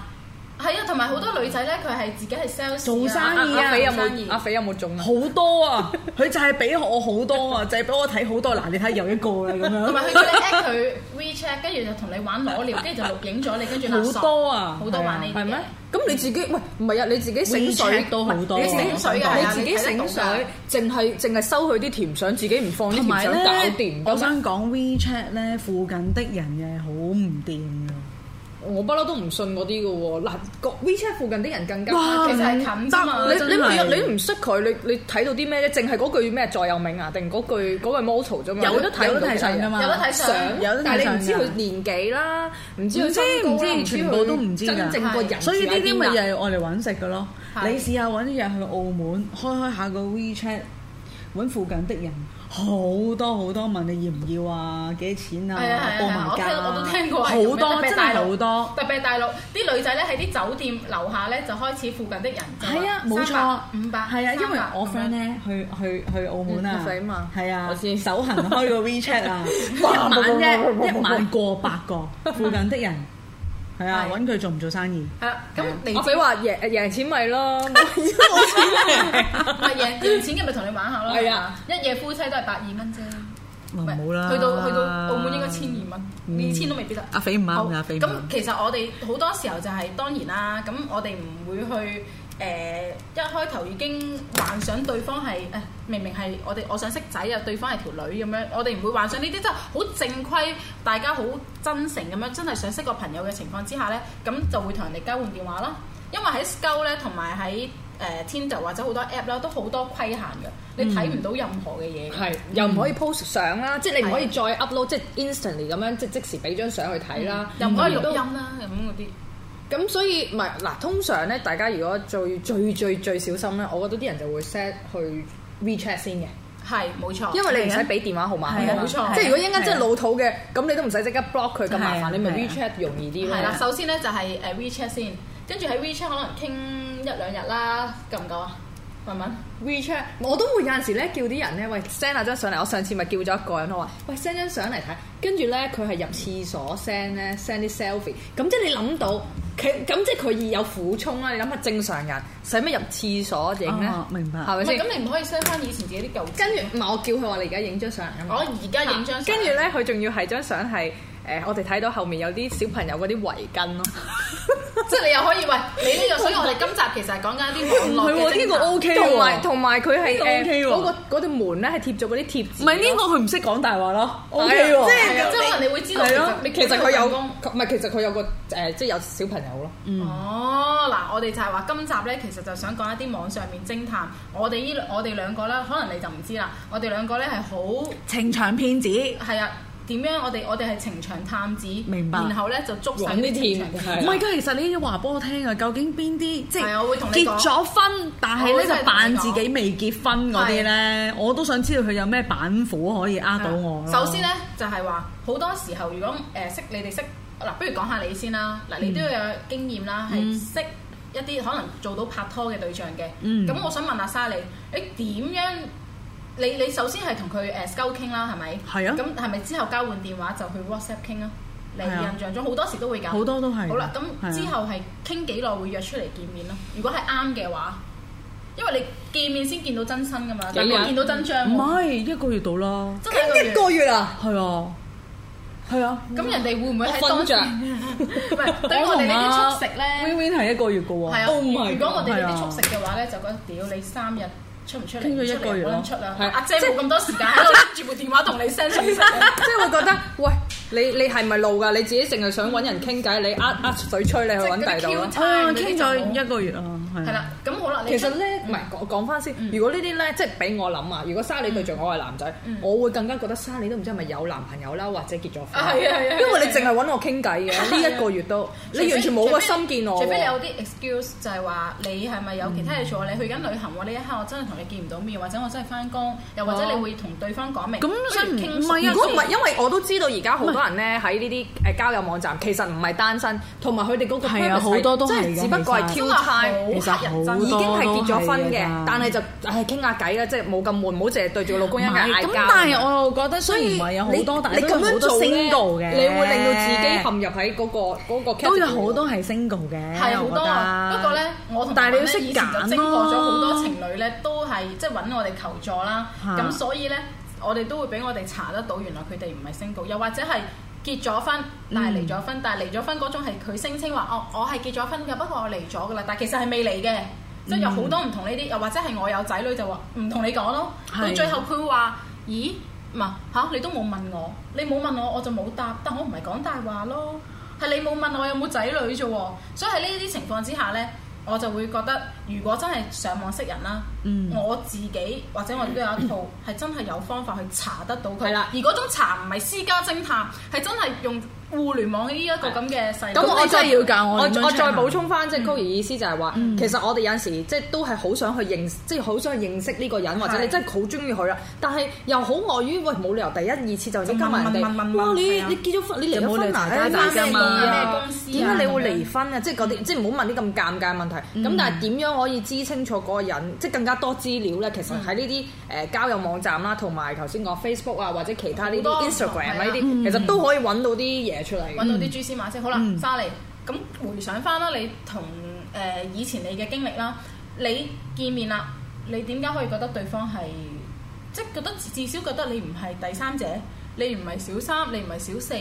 S4: 係啊，同埋好多女仔咧，佢係自己係 sales 啊
S5: 做生意啊
S6: 阿肥有
S4: 做生意
S6: 冇阿肥有冇中啊？
S5: 好多啊！佢就係俾我好多啊，就係俾我睇好多。嗱，你睇又一個啦咁
S4: 同埋
S5: 樣。
S4: 佢 叫你 at 佢 WeChat，跟住就同你玩裸聊，跟住就錄影咗你，跟住勒索
S5: 好多啊
S4: 好多玩呢啲
S6: 係
S4: 嘢
S6: 咩？？咁你自己喂唔係啊？你自己醒
S5: WeChat
S6: 水
S5: 都好多啊
S6: 唔係你自己
S4: 醒水㗎
S6: 你自己醒水
S4: 係啊，
S6: 淨係淨係收佢啲甜相，自己唔放啲
S5: 同
S6: 甜
S5: 埋
S6: 相搞
S5: 咧
S6: 掂，。
S5: 我想講 WeChat 咧，附近的人嘅好唔掂㗎。
S6: 我不嬲都唔信嗰啲嘅喎。嗱個，WeChat 附近啲人更加
S5: 哇
S4: 其實係近啫嘛
S5: 唔
S6: 你
S5: 得啊
S6: 你唔
S5: 真係
S6: 你唔識佢，你你睇到啲咩咧？淨係嗰句咩座右銘啊，定嗰句嗰句 motto 啫嘛，
S5: 有
S6: 你都睇唔
S5: 有
S6: 到
S5: 得睇
S6: 其他
S5: 相㗎嘛
S4: 有
S6: 人
S4: 得睇相
S5: 有得睇相㗎
S6: 但係你唔知佢年紀啦，唔知
S5: 唔
S6: 佢
S5: 知
S6: 身高
S5: 唔
S6: 啦
S5: 知，全部都唔知
S6: 佢真正個
S4: 係
S6: 人
S5: 所以呢啲咪
S6: 住喺邊
S5: 又
S6: 啊
S5: 係我嚟揾食嘅咯。
S4: 係
S5: 你試下揾日去澳門開開下個 WeChat，揾附近的人，好多好多問你要唔要啊，幾錢啊
S4: 係啊係，
S5: 報
S4: 啊係啊，我
S5: 埋
S4: 聽
S5: 價啊，
S4: 我都聽過係
S5: 好
S4: 咁樣
S5: 多
S4: 特別
S5: 真
S4: 大
S5: 係
S4: 陸哦
S5: 好多。
S4: 特別係大陸啲女仔咧喺啲酒店樓下咧就開始附近的人就話
S5: 係啊，冇錯，
S4: 五百
S5: 係啊，因為我 friend 咧去去去澳門啊
S6: 嗯，使嘛
S5: 係啊
S6: 我，知
S5: 手痕開個 WeChat 啊，一晚啫，一晚過百個附近的人，係啊，
S4: 係
S5: 揾佢做唔做生意？
S4: 係啦，
S5: 啊
S4: 咁你
S6: 我 俾話贏贏錢咪咯，
S4: 咪贏贏錢嘅咪同你玩下咯，
S6: 係啊，
S4: 一夜夫妻都係百二蚊啫，
S5: 唔
S4: 喂
S5: 好啦，
S4: 去到去到澳門應該千二
S5: 嗯
S4: 蚊，二千都未必得。
S5: 阿肥唔
S4: 好
S5: 啱㗎，阿肥唔啱
S4: 咁其實我哋好多時候就係、當然啦，咁我哋唔會去誒、呃一開頭已經幻想對方係誒、呃明明係我哋我想識仔啊，對方係條女咁樣，我哋唔會幻想呢啲，即係好正規，大家好真誠咁樣，真係想識個朋友嘅情況之下呢，咁就會同人哋交換電話啦。因為喺 s c o 咧，同埋喺誒 Tinder 或者好多 app 啦，都好多規限嘅，你睇唔到任何嘅嘢嘅。
S6: 係又唔可以 post 相啦，即係你唔可以
S4: 係
S6: 再 upload 即係 instantly 咁樣，即係即時俾張相去睇啦，
S4: 嗯又唔可以
S6: 咁
S4: 錄
S6: 都
S4: 音啦，咁嗰啲
S6: 咁所以唔係嗱，通常咧，大家如果最最最最小心咧，我覺得啲人就會 set 去 WeChat 先嘅，
S4: 係冇錯，
S6: 因為你唔使俾電話號碼佢
S5: 係
S6: 啊
S5: 啊
S4: 哦
S6: 嘛
S4: 冇錯
S6: 即係如果
S5: 係
S6: 一
S5: 啊
S6: 陣間真係老土嘅，咁你都唔使即刻 block 佢咁麻
S5: 係啊
S6: 煩，你咪
S5: 係啊
S6: WeChat 容易啲咯。
S4: 係啦，首先咧就係誒 à, WeChat 先，跟住喺 WeChat 可能傾一兩日啦，夠唔夠啊？文文，
S6: WeChat 我都會有陣時咧叫啲人咧，喂 send 下張相嚟，我上次咪叫咗一個人，我話喂 send 張相嚟睇，跟住咧佢係入廁所 send 咧 send 啲 selfie，咁即係你諗到佢咁即係佢有苦衷啊啦，你諗下正常人使乜入廁所影咧
S5: 哦？明白
S6: 係
S4: 唔
S6: 咪
S4: 係
S6: 先？
S4: 咁你唔可以 send 翻以前自己啲舊照
S6: 跟住唔係我叫佢話你而家影張相啊嘛
S4: 我而家影張相
S6: 跟住咧 佢仲要係張相係誒，我哋睇到後面有啲小朋友嗰啲圍巾咯，
S4: 即係你又可以喂你呢個，所以我哋今集其實係講緊一啲網
S5: 係
S4: 絡
S5: 喎
S4: 嘅
S5: 呢個
S4: 偵探
S5: O K
S6: 同埋
S5: 喎，
S6: 同埋佢係
S5: 呢個 OK
S6: 誒
S5: 喎
S6: 嗰個嗰對門咧係貼咗嗰啲貼紙，
S5: 唔係呢個佢唔識講大話咯，O
S6: 係
S5: K
S6: 啊
S5: 喎。
S4: 係啊即係可能你會知道
S6: 係咯，
S4: 你
S6: 其實佢有
S4: 工。
S6: 唔係其實佢有個誒，即係有小朋友咯。
S4: 哦，嗱，我哋就係話今集咧，其實就想講一啲網上面偵探。我哋依我哋兩個咧，可能你就唔知啦。我哋兩個咧係好
S5: 情場騙子。
S4: 係啊，點樣？我哋我哋係情場探子，
S5: 明白
S4: 然後咧就捉晒
S6: 揾啲
S4: 情場
S6: 貼
S5: 唔
S6: 係
S5: 係㗎，其實你要話俾我聽啊，究竟邊啲即
S4: 啊係啊我會同你
S5: 結
S4: 講
S5: 咗婚，但係
S4: 我會
S5: 咧
S4: 真係
S5: 就扮自
S4: 同你講
S5: 己未結婚嗰啲咧，我都想知道佢有咩板斧可以呃到我咯。
S4: 首先咧就係話，好多時候如果誒識你哋識嗱，不如講下你先啦。嗱，
S5: 嗯
S4: 你都有經驗啦，係識一啲可能做到拍拖嘅對象嘅。
S5: 嗯
S4: 咁我想問下莎莉，你點樣？你你首先係同佢誒溝傾啦，係咪？
S5: 係啊
S4: 咁係咪之後交換電話就去 WhatsApp 傾啊？你
S5: 係啊
S4: 印象中好多時都會㗎。
S5: 好多都係
S4: 好啦，
S5: 係啊
S4: 咁之後係傾幾耐會約出嚟見面咯？如果係啱嘅話，因為你見面先見到真身㗎嘛，但
S6: 幾日
S4: 係見到真章
S5: 啊唔
S4: 喎，
S5: 係一個月到啦，
S6: 嗯
S4: 真係一個月
S6: 月啊！
S5: 係啊，係啊。
S4: 咁人哋會唔會喺
S6: 我
S4: 當
S6: 瞓着
S4: 唔係對於我哋呢啲速食咧，
S5: Win Win 係一個月嘅喎，
S4: 係啊。
S6: Oh my
S4: 如果我哋呢
S5: God，係啊
S4: 啲速食嘅話咧，就覺得屌你三日出唔出嚟？
S5: 傾咗一個月
S4: 唔出嚟
S5: 咯
S4: 我諗出啦
S6: 係。
S4: 阿姐冇咁多時間喺度拎住部電話同你 send 信息。
S6: 即係會覺得，喂，你你係咪路㗎？你自己淨係想揾人傾偈，你呃呃水吹，你去揾第二
S4: 嗯即
S6: 度啦
S4: 係嗰啲 Q。
S5: 啊，
S4: time 嗰
S5: 傾
S4: 啲就冇
S5: 咗一個月啊，係
S4: 係
S5: 啊
S4: 啦，咁好啦。你
S6: 其實咧，唔係講講翻
S4: 嗯
S6: 先。如果呢啲咧，即係俾我諗啊，如果沙莉對象我係男仔，
S4: 嗯
S6: 我會更加覺得沙莉都唔知係咪有男朋友啦，或者結咗婚。
S4: 啊係啊係啊
S6: 因為你淨係揾我傾偈嘅，呢一個月都
S4: 除非
S6: 你完全冇個心見我
S4: 除
S6: 喎。
S4: 非你有啲 excuse 就係話你係咪有其他嘢做？你去緊旅行喎，呢一刻我真係同你見唔到面，或者我真係翻工，又或者你會同對方講明。
S5: 咁
S4: 不如
S5: 所以唔
S4: 傾
S5: 唔係啊
S6: 如果唔係，因為我都知道而家好多人咧喺呢啲誒交友網站，其實唔係單身，同埋佢哋嗰個
S5: 係啊
S6: purpose
S5: 好多都係㗎
S6: 即只不過係
S5: 其
S6: Q
S4: 實
S5: 其
S6: time。
S5: 實好多
S6: 已經係
S5: 都
S6: 結咗婚嘅
S5: 㗎，
S6: 但係就唉傾下偈啦，即係冇咁悶，唔好淨係對住個老公一眼
S5: 係
S6: 嗌交。啊
S5: 咁，但係我又覺得雖然唔係有好多，但係都有好多 single 嘅，
S6: 你會令到自己陷入喺嗰個嗰個
S5: 都有好多係 single 嘅，
S4: 係好多啊！不
S5: 我覺得
S4: 過咧，我同
S5: 但係你
S4: 朋友
S5: 要
S4: 呢
S5: 識
S4: 以前就
S5: 揀
S4: 偵破咗好
S5: 咯
S4: 多情侶咧，都係即係揾我哋求助啦。
S5: 嚇
S4: 咁所以咧，我哋都會俾我哋查得到，原來佢哋唔係 single，又或者係結咗婚，但係離咗
S5: 嗯
S4: 婚，但係離咗婚嗰種係佢聲稱話哦，我係結咗婚嘅，不過我離咗噶啦，但係其實係未離嘅。即係
S5: 嗯
S4: 有好多唔同呢啲，又或者係我有仔女就話唔同你講咯，到
S5: 係
S4: 最後佢話：咦，唔係嚇，你都冇問我，你冇問我我就冇答，但我唔係講大話咯，係你冇問我有冇仔女啫喎。所以喺呢啲情況之下呢，我就會覺得，如果真係上網識人啦，
S5: 嗯
S4: 我自己或者我哋都有一套係真係有方法去查得到佢。
S6: 係啦
S4: 而嗰種查唔係私家偵探，係真係用互聯網呢一個咁嘅世代。
S5: 咁我
S6: 我
S5: 真係要教我
S6: 我
S5: 點樣
S6: 我
S5: check
S6: 再
S5: 下
S6: 補充翻，即係 Koey 意思就係話，其實我哋有陣時即係都係好想去認，即係好想去認識呢個人，或者你真係好中意佢啦，啊但係又好礙於喂冇理由第一二次就已經加埋人
S4: 問問問
S6: 哋，
S4: 問
S6: 哇你
S4: 係啊
S6: 你結咗婚，你
S5: 就
S6: 離
S5: 冇
S6: 咗
S5: 理由
S6: 婚啊？
S5: 大家
S6: 誒
S5: 大家
S6: 咩
S5: 嘛
S6: 公司啊點解你
S4: 咩公
S6: 會
S4: 司啊
S6: 離婚啊？即係嗰啲即係唔好問啲咁尷尬嘅問題。咁但係點樣可以知清楚嗰個人，即係更加多資料咧？其實喺呢啲誒呃交友網站啦，同埋頭先講 Facebook 啊，或者其他
S4: 好
S6: 呢啲
S4: 多
S6: Instagram 啊
S4: 係
S6: 呢
S4: 啊
S6: 啲，其實都可以揾到啲嘢出嚟嘅。
S4: 揾到啲蛛絲馬跡。好啦，
S5: 嗯
S4: 莎莉，咁回想翻啦，你同誒、呃以前你嘅經歷啦，你見面啦，你點解可以覺得對方係即係覺得至少覺得你唔係第三者，你唔係小三，你唔係小四，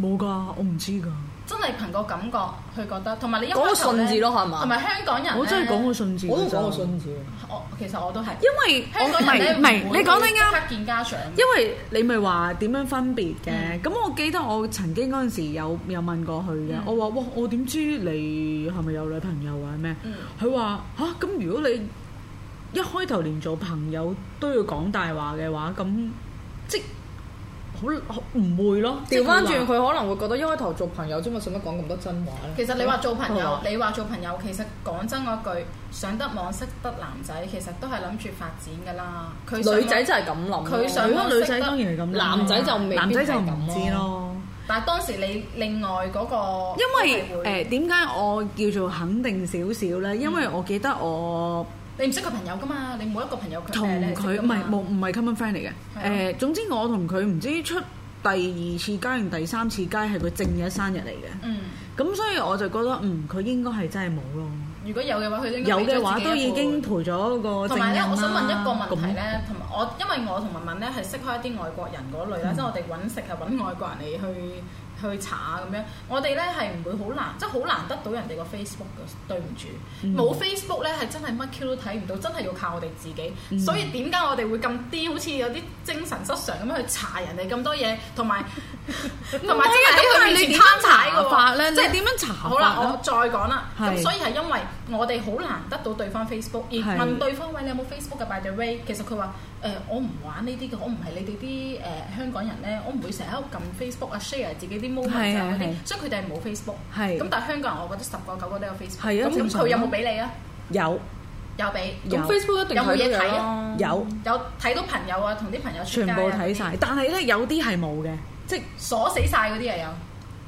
S5: 冇㗎，我唔知㗎，
S4: 真係憑個感覺去覺得，同埋你一
S6: 講個
S4: 開頭呢
S6: 信字咯係嘛
S4: 同埋香港人呢
S5: 我真係講個，信字，
S6: 啊我都講過信，字。
S4: 我其實我都係，
S5: 因為我
S4: 香
S5: 唔
S4: 港
S5: 係
S4: 人
S5: 唔
S4: 咧
S5: 係
S4: 唔
S5: 你
S4: 會
S5: 講得
S4: 即
S5: 啱啊
S4: 刻。見家長。
S5: 因為你咪話點樣分別嘅，咁、我記得我曾經嗰陣時有有問過佢嘅，我話哇，我點知你係咪有女朋友啊咩
S4: 嗯？
S5: 佢話吓，咁、如果你一開頭連做朋友都要講大話嘅話，咁即好好唔會咯。
S6: 調翻
S5: 即
S6: 轉
S5: 係
S6: 佢
S5: 話
S6: 可能會覺得一開頭做朋友啫嘛，使乜講咁多真話啊咧？
S4: 其實你話做朋
S5: 好
S4: 友
S5: 啊，
S4: 你話做朋友，其實講真嗰句，上得網識得男仔，其實都係諗住發展噶啦。佢上網
S6: 女仔就係咁諗，
S4: 佢想
S5: 如果女仔當然係咁諗啦，
S6: 男仔就未必
S5: 男仔就唔
S6: 係
S5: 知
S6: 咁
S5: 咯。
S4: 但係當時你另外嗰個，
S5: 因為
S4: 都係會
S5: 誒點解我叫做肯定少少咧？因為我記得我。
S4: 你唔識佢朋友噶嘛，你冇一個朋友佢
S5: 同佢唔係冇唔係 common friend 嚟嘅。誒、
S4: 係啊
S5: 總之我同佢唔知出第二次街定第三次街係佢正日生日嚟嘅。
S4: 嗯。
S5: 咁所以我就覺得嗯，佢應該係真係冇咯。
S4: 如果有嘅話，佢應該
S5: 有
S4: 俾咗自己
S5: 嘅
S4: 一
S5: 話都已經
S4: 半
S5: 陪咗
S4: 同
S5: 個正
S4: 埋
S5: 人
S4: 咧
S5: 啦，
S4: 我想問一個問題
S5: 咁
S4: 咧，同埋啊我因為我同文文咧係識開一啲外國人嗰類啦，即係我哋揾食係揾外國人嚟去去查啊咁樣。我哋咧係唔會好難，即係好難得到人哋個 Facebook 嘅。對唔住，冇、Facebook 咧係真係乜 Q 都睇唔到，真係要靠我哋自己。所以點解我哋會咁癲，好似有啲精神失常咁樣去查人哋咁多嘢，同埋同埋即係喺佢面前攤牌嘅
S6: 法咧？
S4: 喎，
S6: 即係點樣查法
S4: 好啦，我再講啦。咁
S5: 係
S4: 所以係因為我哋好難得到對方 Facebook，而
S5: 係
S4: 問對方喂你有冇 Facebook 嘅 by the way，其實佢話誒我唔玩呢啲嘅，我唔係你哋啲誒香港人咧，我唔會成日喺度撳 Facebook 啊 share 自己啲 moment 啊嗰
S6: 係係
S4: 啲，
S6: 係
S4: 所以佢哋係冇 Facebook。
S5: 係
S4: 咁但係香港人，我覺得十個九個都有 Facebook。
S5: 係啊
S4: 咁
S5: 正
S4: 咁
S5: 常啊
S4: 佢有冇俾你啊？
S5: 有
S4: 有俾，
S5: 有
S6: 咁 Facebook 一定
S4: 有冇嘢
S6: 睇
S4: 睇
S6: 到
S4: 啊
S6: 啦
S5: 有
S4: 有睇到朋友啊，同啲朋友出
S5: 全
S4: 街啊
S5: 部睇晒，但係咧有啲係冇嘅，即係
S4: 鎖死晒嗰啲又有，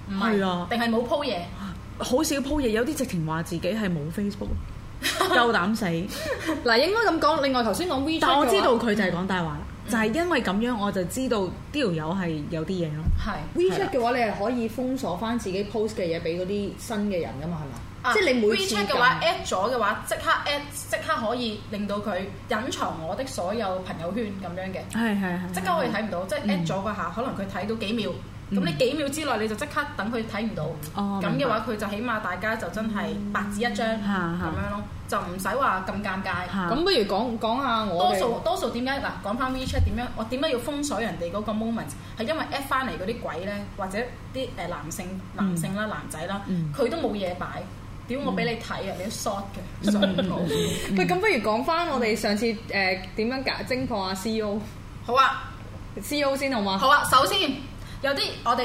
S4: 唔
S5: 係啊
S4: 係定係冇 po 嘢？
S5: 好少鋪嘢，有啲直情話自己係冇 Facebook，夠膽死。
S6: 嗱，應該咁講。另外頭先講 WeChat，
S5: 但我知道
S6: 嘅話
S5: 佢就係講大話啦，就係因為咁樣我就知道呢條友係有啲嘢咯。
S4: 係。
S6: WeChat 嘅話，你係可以封鎖翻自己 post 嘅嘢俾嗰啲新嘅人噶嘛，係
S4: 啊
S6: 嘛？即係你每次
S4: WeChat 嘅話 at 咗嘅話，即刻 at 即刻可以令到佢隱藏我的所有朋友圈咁樣嘅，
S5: 係係係
S4: 即刻可以睇唔到，即係
S6: 嗯
S4: at 咗嗰下，可能佢睇到幾秒，咁你幾秒之內你就即刻等佢睇唔到，
S5: 哦
S4: 咁嘅話佢就起碼大家就真係
S6: 嗯
S4: 白紙一張咁
S5: 嚇嚇
S4: 樣咯，就唔使話咁尷尬。
S5: 嚇
S6: 咁不如講講下我
S4: 多
S6: 嘅
S4: 數多數點解嗱講翻 WeChat 點樣？我點解要封鎖人哋嗰個 moment？係因為 at 翻嚟嗰啲鬼咧，或者啲誒男性男性啦、男仔啦，佢都冇嘢擺，屌我俾你睇啊！你都 short 嘅，上唔到。
S6: 喂，咁不如講翻我哋上次誒點樣解偵破啊 CEO
S4: 好啊，
S6: CEO E 先好嘛？
S4: 好啊，首先有啲我哋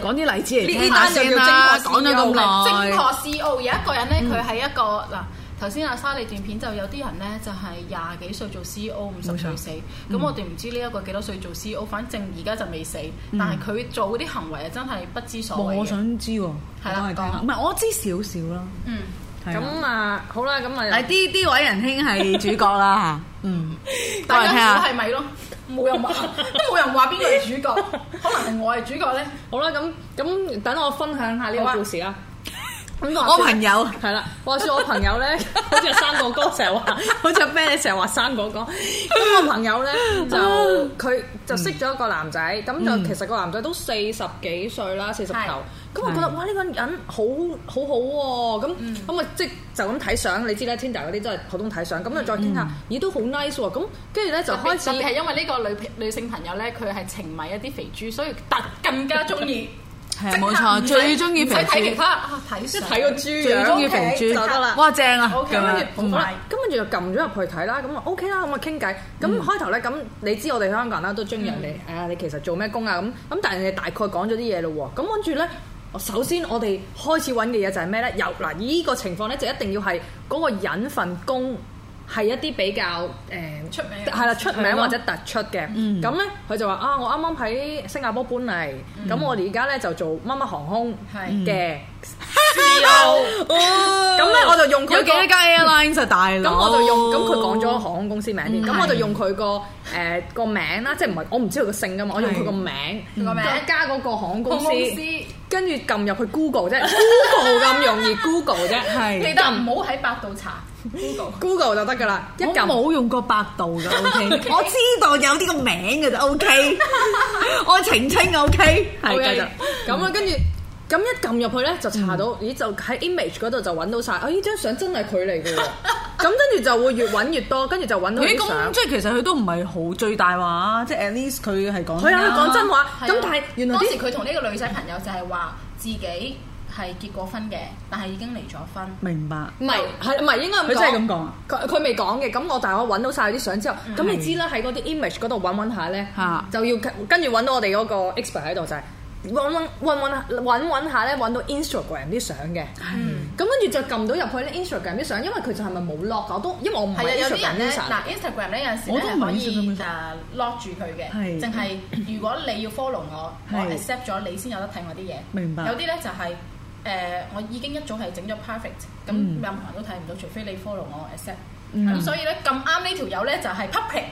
S4: 誒。
S5: 講啲例子嚟
S6: 呢
S5: 聽
S6: 呢
S5: 下
S6: 單就
S5: 先
S6: 叫
S5: 啦，
S6: 精確
S5: 講咗咁耐，嗯
S4: 精確 CEO 有一個人咧，佢係一個嗱。頭先阿莎莉段片就有啲人咧，就係廿幾歲做 CEO，五十歲死。
S5: 嗯
S4: 咁我哋唔知呢一個幾多歲做 CEO，反正而家就未死，但係佢做嗰啲行為啊，真係不知所謂
S5: 嗯啊我
S4: 嘅。
S5: 想知喎，
S4: 係啦
S5: 我係聽下
S4: 講
S5: 唔係我知少少啦。
S4: 嗯，
S5: 係啦
S6: 咁啊，好啦，咁
S5: 嗱
S6: 啊，
S5: 啲啲位仁兄係主角 啦嗯，我
S4: 大
S5: 嚟
S4: 家估
S5: 聽
S4: 係
S5: 下。
S4: 咪咯？冇人 話，都冇人話邊個係主角，可能係我係主 角咧。
S6: 好啦，咁咁等我分享下呢
S4: 好啊
S6: 個故事啦。咁
S5: 我朋友
S6: 係啦，話説我朋友咧， 好似係生果哥成日 話，好似咩你成日話生果哥。咁我朋友咧
S5: 啊
S6: 就佢就識咗一個男仔，咁就其實個男仔都四十幾歲啦，四十
S4: 嗯係嗯
S6: 頭。咁我覺得
S5: 係
S6: 哇，呢個人好好好喎，咁咁啊即係就咁睇相，你知啦，Tinder 嗰啲都係普通睇相，咁啊再傾下，咦都好 nice 喎，咁跟住咧就
S4: 特別
S6: 開始
S4: 嗯特別係因為呢個女女性朋友咧，佢係情迷一啲肥豬，所以特更加中意。啊
S5: 係冇錯，最中意
S4: 唔
S5: 肥
S4: 使睇其
S5: 豬，
S4: 他啊，睇
S6: 即
S4: 即
S6: 係睇個豬
S5: 最中意肥
S6: 樣
S5: 豬
S6: 就得啦。
S5: 哇正啊！
S4: OK，
S5: 咁
S4: 跟
S5: 樣
S4: 住
S6: 好
S4: 同
S6: 啦
S4: 埋，
S6: 咁跟住就撳咗入去睇啦，咁啊 OK 啦，咁啊傾偈。咁開頭咧，咁你知我哋香港人啦，都中意人哋誒，你其實做咩工啊？咁咁，但係你大概講咗啲嘢咯喎。咁跟住咧，我首先我哋開始揾嘅嘢就係咩咧？有嗱，依個情況咧就一定要係嗰個人份工係一啲比較誒
S4: 出名
S6: 係啦出名或者突出嘅。咁咧佢就話啊，我啱啱喺新加坡搬嚟，咁我哋而家咧就做乜乜航空
S4: 係
S6: 嘅 E
S5: CEO
S6: 咁咧我就用佢
S5: 有幾
S6: 個
S5: 多間 airline 就大佬，
S6: 咁我就用咁佢講咗航空公司名添，咁我就用佢個誒個名啦，即係唔係我唔知佢個姓噶嘛，我用佢個名，
S4: 個名
S6: 再加嗰個航空公司，
S4: 你
S6: 跟住撳入去 Google 啫，Google 咁容易 Google 啫，
S5: 係
S4: 得唔好喺百度查 Google。
S6: Google 就得噶啦，一
S5: 我
S6: 撳
S5: 冇用過百度噶，OK，我 知道有呢個名嘅啫，OK，我澄清，OK，係
S6: OK，
S5: 繼續。
S6: 咁啊，跟住。咁一撳入去咧，就查到，咦就喺 image 嗰度就揾到晒，啊呢張相真係佢嚟 嘅喎，咁跟住就會越揾越多，跟住就揾到
S5: 咦，
S6: 啲相
S5: 咁。即係其實佢都唔係好最大話，即係 at least 佢係講
S6: 佢
S5: 真
S6: 啊，
S5: 啦
S6: 佢講真話，咁
S4: 啊
S6: 但係原來
S4: 當
S6: 啲
S4: 時佢同呢個女仔朋友就係話自己係結過婚嘅，但係已經離咗婚。哦
S5: 明白。
S6: 唔係，係唔係應該咁
S5: 佢真係咁講啊嗯
S6: 佢佢未講嘅，咁我但係我揾到晒啲相之後，咁你
S5: 係
S6: 知啦，喺嗰啲 image 嗰度揾揾下咧
S5: 嚇，
S6: 就要跟跟住揾到我哋嗰個 expert 喺度就係揾揾揾揾揾揾下咧，揾到 Instagram 啲相嘅，
S5: 嗯
S6: 咁跟住就撳到入去咧 Instagram 啲相，因為佢就係咪冇 lock 我都，因為我唔
S4: 係啊，
S6: 係
S4: 有啲
S6: Instagram
S4: 人咧，嗱
S6: user
S4: Instagram 咧有陣時
S5: 我
S4: 咧
S5: 都唔
S4: 係
S5: 係
S4: 可以
S5: Instagram
S4: 誒 lock 住佢嘅，
S5: 係
S4: 淨係 如果你要 follow 我，我
S5: 係
S4: accept 咗你先有得睇我啲嘢。
S5: 明白
S4: 有啲咧就係誒，我已經一早係整咗 perfect，咁
S5: 嗯
S4: 任何人都睇唔到，除非你 follow 我 accept。
S5: 嗯
S4: 咁所以咧咁啱呢條友咧就係 public。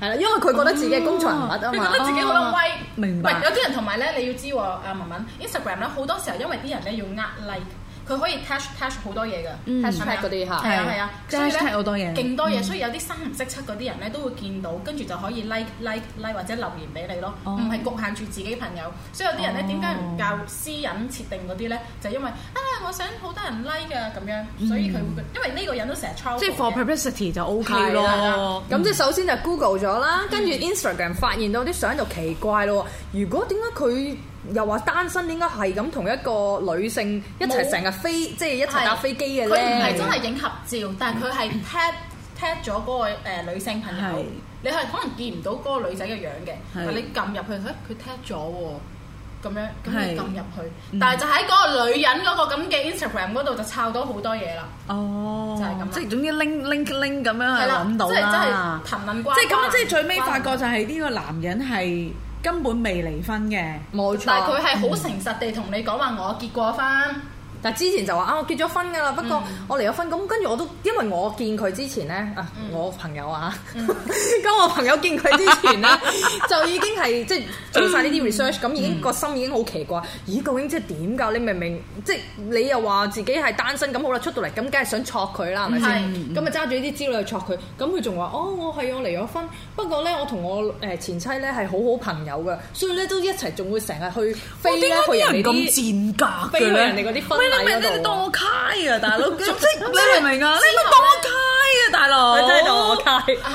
S6: 係啦，因為佢覺得自己係公眾人物啊
S4: 你
S6: 嘛
S4: 覺
S5: 哦
S4: 得，自己好有
S7: 哦
S4: 威，
S5: 明白
S4: 喂有啲人同埋咧，你要知喎，阿文文 Instagram 咧好多時候因為啲人咧要呃 like，佢可以 touch touch 好多嘢嘅。
S7: 嗯
S6: hashtag 嗰啲嚇
S4: 係啊係啊，
S7: 即係
S4: 所以呢
S7: hashtag 好多嘢嗯
S4: 勁多嘢，所以有啲三唔識七嗰啲人咧都會見到，跟住就可以 like like
S7: 哦
S4: like 或者留言俾你咯，
S5: 哦
S4: 唔係局限住自己朋友。所以有啲人咧點解唔教私隱設定嗰啲咧？就因為啊，我想好多人 like 啊咁樣，所以佢會因為呢個人都成日 troll
S7: 嗯即係 for
S4: 我嘅
S7: publicity 就 O K
S6: 係啦
S7: 咯，，
S6: 咁
S4: 嗯
S6: 即係首先就 Google 咗啦，跟住 Instagram 發現到啲相就奇怪咯。如果點解佢又話單身，點解係咁同一個女性一齊
S4: 冇
S6: 成日飛，即係一齊搭飛機嘅
S4: 佢
S6: 咧？
S4: 唔係真係影合照，但係佢係 tag tag 咗嗰個誒女性朋
S5: 係
S4: 友，你係可能見唔到嗰個女仔嘅樣嘅，但你撳入去，佢佢 tag 咗喎。咁樣，咁你
S5: 係
S4: 撳入
S7: 嗯
S4: 去，但係就喺嗰個女人嗰個咁嘅 Instagram 嗰度就抄到好多嘢啦，
S7: Ờ.
S5: 哦，
S4: 就係咁啦
S7: 即係總之 link link link 咁樣係
S4: 啦，
S7: 揾到
S4: 即係真
S7: 啦
S4: 係。騰論關，
S7: 即係咁樣，即係最尾發覺就係呢個男人係根本未離婚嘅，
S6: 冇錯，
S4: 但係佢係好誠實地同你講話，我結過婚，
S6: 但之前就話啊，我結咗婚㗎啦，不過我離咗婚，咁跟住我都因為我見佢之前咧，啊我朋友啊， 咁我朋友見佢之前咧，就已經係即係做晒呢啲 research，咁已經個心已經好奇怪，咦究竟即係點㗎？你明明即係你又話自己係單身，咁好啦，出到嚟咁梗係想戳佢啦，係咪
S4: 係
S6: 先？咁咪揸住呢啲資料去戳佢，咁佢仲話哦，我係我離咗婚，不過咧我同我誒前妻咧係好好朋友㗎，所以咧都一齊仲會成日去飛咧去人哋啲。
S7: 賤格
S6: 飛去人哋嗰啲婚
S7: 喂，你
S6: 禮
S7: 明
S6: 嗰度
S7: 你
S6: 喎
S7: 當
S4: à?
S7: 我 K
S5: à,
S7: 啊，大佬，即係你明唔明啊？你咪當我 K 啊，大佬，
S6: 佢真係當我契。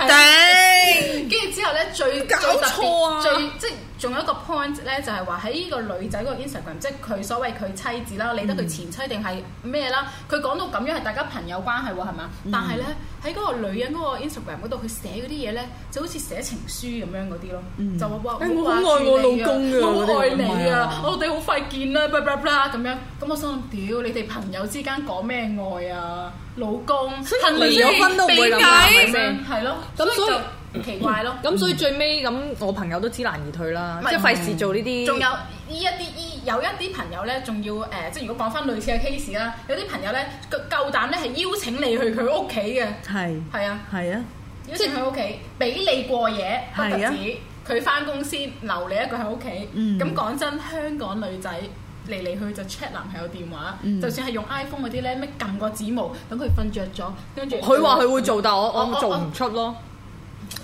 S7: 頂。
S4: 跟住之後咧最
S7: 搞
S4: 最特
S7: 錯啊
S4: 別最即係仲有一個 point 咧，就係話喺呢個女仔嗰個 Instagram，即係佢所謂佢妻子啦，理得佢
S6: 嗯
S4: 前妻定係咩啦？佢講到咁樣係大家朋友關係喎，係嘛？
S6: 嗯
S4: 但係咧喺嗰個女人嗰個 Instagram 嗰度，佢寫嗰啲嘢咧就好似寫情書咁樣嗰啲咯，就話哇
S6: 誒嗯哎我好
S4: 掛住
S6: 愛我
S4: 你啊
S6: 老公啊㗎
S4: 我好愛你
S7: 嗰啲
S4: 啊，我哋好快見啦，blah blah blah 咁樣。咁我心諗屌你哋朋友之間講咩愛啊，老公，
S6: 以
S4: 恨
S6: 離咗婚都唔會諗啦係咪先
S4: 係咯，
S6: 咁所以
S4: 就奇怪咯。
S6: 咁所以最尾咁，我朋友都知難而退啦，
S4: 唔係
S6: 嗯即係費事做呢啲。
S4: 仲有呢一啲依有一啲朋友咧，仲要誒、呃即係如果講翻類似嘅 case 啦，有啲朋友咧夠夠膽咧係邀請你去佢屋企嘅，
S7: 係
S4: 係啊，
S7: 係啊，
S4: 邀請佢屋企，俾你過夜不特
S7: 係啊
S4: 止，佢翻工先留你一個喺屋企。
S7: 嗯
S4: 咁講、真，香港女仔。嚟嚟去就 check 男朋友電話，
S6: 嗯
S4: 就算係用 iPhone 嗰啲咧，咩撳個指模，等佢瞓着咗，跟住
S6: 佢話佢會做，但我
S4: 我
S6: 我做唔出咯。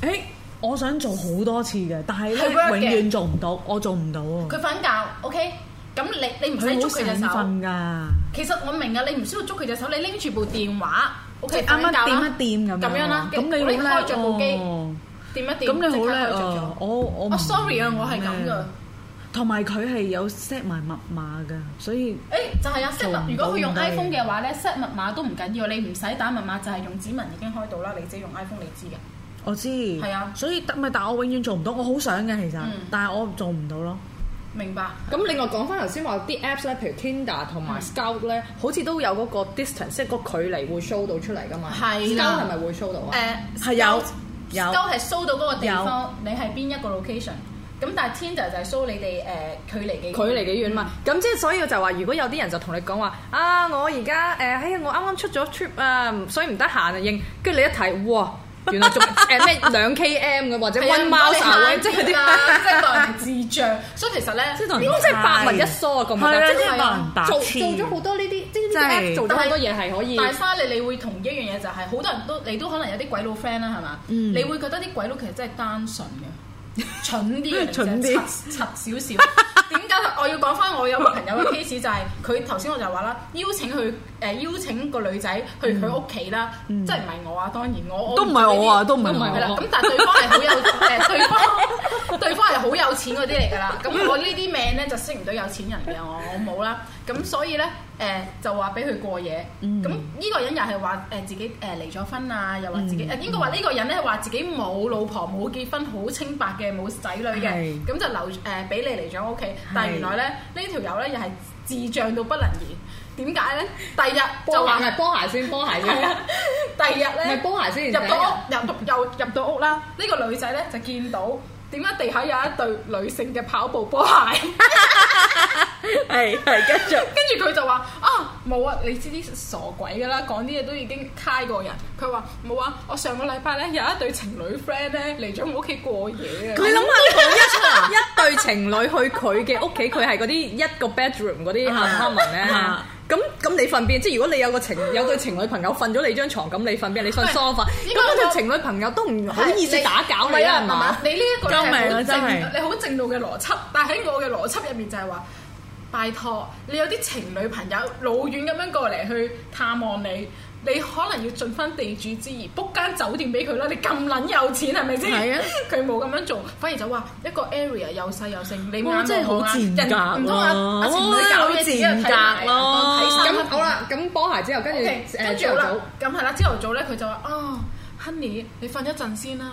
S7: 誒，我想做好多次嘅，但係咧
S4: 係 work 嘅
S7: 永遠做唔到，我做唔到啊。
S4: 佢瞓覺，OK，咁你你唔
S7: 佢
S4: 使
S7: 好
S4: 捉佢隻
S7: 醒
S4: 手。
S7: 瞓㗎，
S4: 其實我明啊，你唔需要捉佢隻手，你拎住部電話，OK，
S7: 啱啱
S4: 瞓覺啦
S7: 掂一掂咁
S4: 咁樣啦，
S7: 咁
S4: 你
S7: 你好
S4: 開
S7: 叻
S4: 着
S5: ờ,
S4: 部機，
S7: 喎。
S4: 掂一掂，
S7: 咁你好叻
S4: 即刻開着
S7: 啊
S4: 咗！
S7: 我我
S4: 哦
S7: 唔
S4: Ờ, ，sorry 啊，我係咁噶。
S7: 同埋佢係有 set 埋密碼㗎，所以
S4: 誒就係啊
S7: 做唔到
S4: ，set 密。如果佢用
S7: 唔得
S4: iPhone 嘅話咧，set 密碼都唔緊要，你唔使打密碼，就係用指紋已經開到啦。你自己用 iPhone 你知嘅。
S7: 我知。
S4: 係啊
S7: 所以但咪但我永遠做唔到，我好想嘅其實
S4: 嗯，
S7: 但係我做唔到 咯。
S4: 明白。
S6: 咁另外講翻頭先話啲 apps 咧，譬如 Tinder 同埋 Scout 咧，好似都有嗰個 distance，即係個距離會 show 到出嚟噶嘛。
S4: 係啦
S6: Scout 係咪會 show 到啊？
S4: 誒
S7: 係有有
S4: 都係 show 到嗰個地方，你係邊一個 location？咁但係 Tinder 就係 show à, 你哋誒距離幾
S6: 距離幾遠嘛？咁即係所以就話，如果有啲人就同你講話啊，我而家誒，哎呀，我啱啱出咗 trip 啊，所以唔得閒啊應。跟住你一睇，哇！原來仲誒咩兩 km 嘅或者
S4: 係啊
S6: one mile
S4: 唔該你
S6: away，
S4: 慳
S6: 即係嗰
S4: 啲
S6: 啲
S4: 啦即係當人智障。所以其實咧，
S7: 即係當人
S6: 應該真係百物一疏啊！咁
S7: 係啊
S6: 覺
S7: 真係白人白
S6: 得做
S7: 痴
S6: 做咗好多呢啲，即
S7: 真
S6: 係呢啲
S7: 係
S6: app 做咗好多嘢係可以。
S4: 但係沙你，你會同一樣嘢就係、好多人都你都可能有啲鬼佬 friend 啦，係嘛？
S7: 嗯
S4: 你會覺得啲鬼佬其實真係單純 嘅，蠢啲嘅嚟啫，
S7: 蠢啲
S4: 柒柒少少。點解我要講翻我有個朋友嘅 case 就係佢頭先我就話啦，邀請佢誒、呃邀請個女仔去佢屋企啦，即係唔係我啊？當然我
S7: 嗯
S4: 我
S7: 都唔係我啊都唔係我
S4: 係啦。咁但係對方係好有誒，對方對方係好有錢嗰啲嚟㗎啦。咁我呢啲命咧就識唔到有錢人嘅，我我冇啦。咁所以咧誒、就話俾佢過夜。咁呢、個人又係話誒自己誒離咗婚啊，又話自己誒、應該話呢個人咧話自己冇老婆冇結婚，好清白嘅冇仔女嘅
S7: 係，
S4: 咁就留誒俾、你嚟咗屋企。但係原來咧呢條友咧又係智障到不能言。點解咧？第二日就
S6: 就話
S4: 話
S6: 係波鞋先，波鞋
S4: 係啊
S6: 先。
S4: 第二日咧，
S6: 咪煲鞋先
S4: 入到屋，入到又入到屋啦。呢個女仔咧就見到點解地下有一對女性嘅跑步波鞋，
S7: 係係，跟住
S4: 跟住佢就話啊。冇啊！你知啲傻鬼噶啦，講啲嘢都已經揩過人。佢話冇啊！我上個禮拜咧有一對情侶 friend 咧嚟咗我屋企過夜啊！
S6: 你諗下，一 對情侶去佢嘅屋企，佢係嗰啲一個 bedroom 嗰啲 apartment 咧
S7: 啊。
S6: 咁咁你瞓邊？即係如果你有個情有對情侶朋友瞓咗你張床，咁你瞓邊？你瞓 sofa。
S4: 應
S6: 咁
S4: 該
S6: 嗰對
S4: 我
S6: 情侶朋友都唔好
S4: 係
S6: 意思打攪
S4: 唔
S6: 你
S4: 係啊
S6: 啊，係
S4: 唔係
S6: 嘛
S4: 嘛？？你呢一個咧
S7: 救命啊
S4: 係好
S7: 真係
S4: 正，你好正路嘅邏輯，但喺我嘅邏輯入面就係話。拜託，你有啲情侶朋友老遠咁樣過嚟去探望你，你可能要盡翻地主之誼，book 間酒店俾佢啦。你咁撚有錢係咪先？
S7: 係啊，
S4: 佢冇咁樣做，反而就話一個 area 又細又盛，你眼
S7: 哇真係好
S4: 望眼
S7: 賤
S4: 啊人
S7: 格
S4: 唔通啊
S7: 喎
S4: 阿情侶搞嘢只有睇
S7: 好賤格咯
S4: 睇衫啊
S6: 咁好啦，咁波鞋之後，跟住
S4: OK，跟
S6: 誒
S4: 住
S6: 朝
S4: 好
S6: 頭
S4: 啦
S6: 早。，
S4: 咁係啦，朝頭早咧佢就話：哦，Honey，你瞓一陣先啦。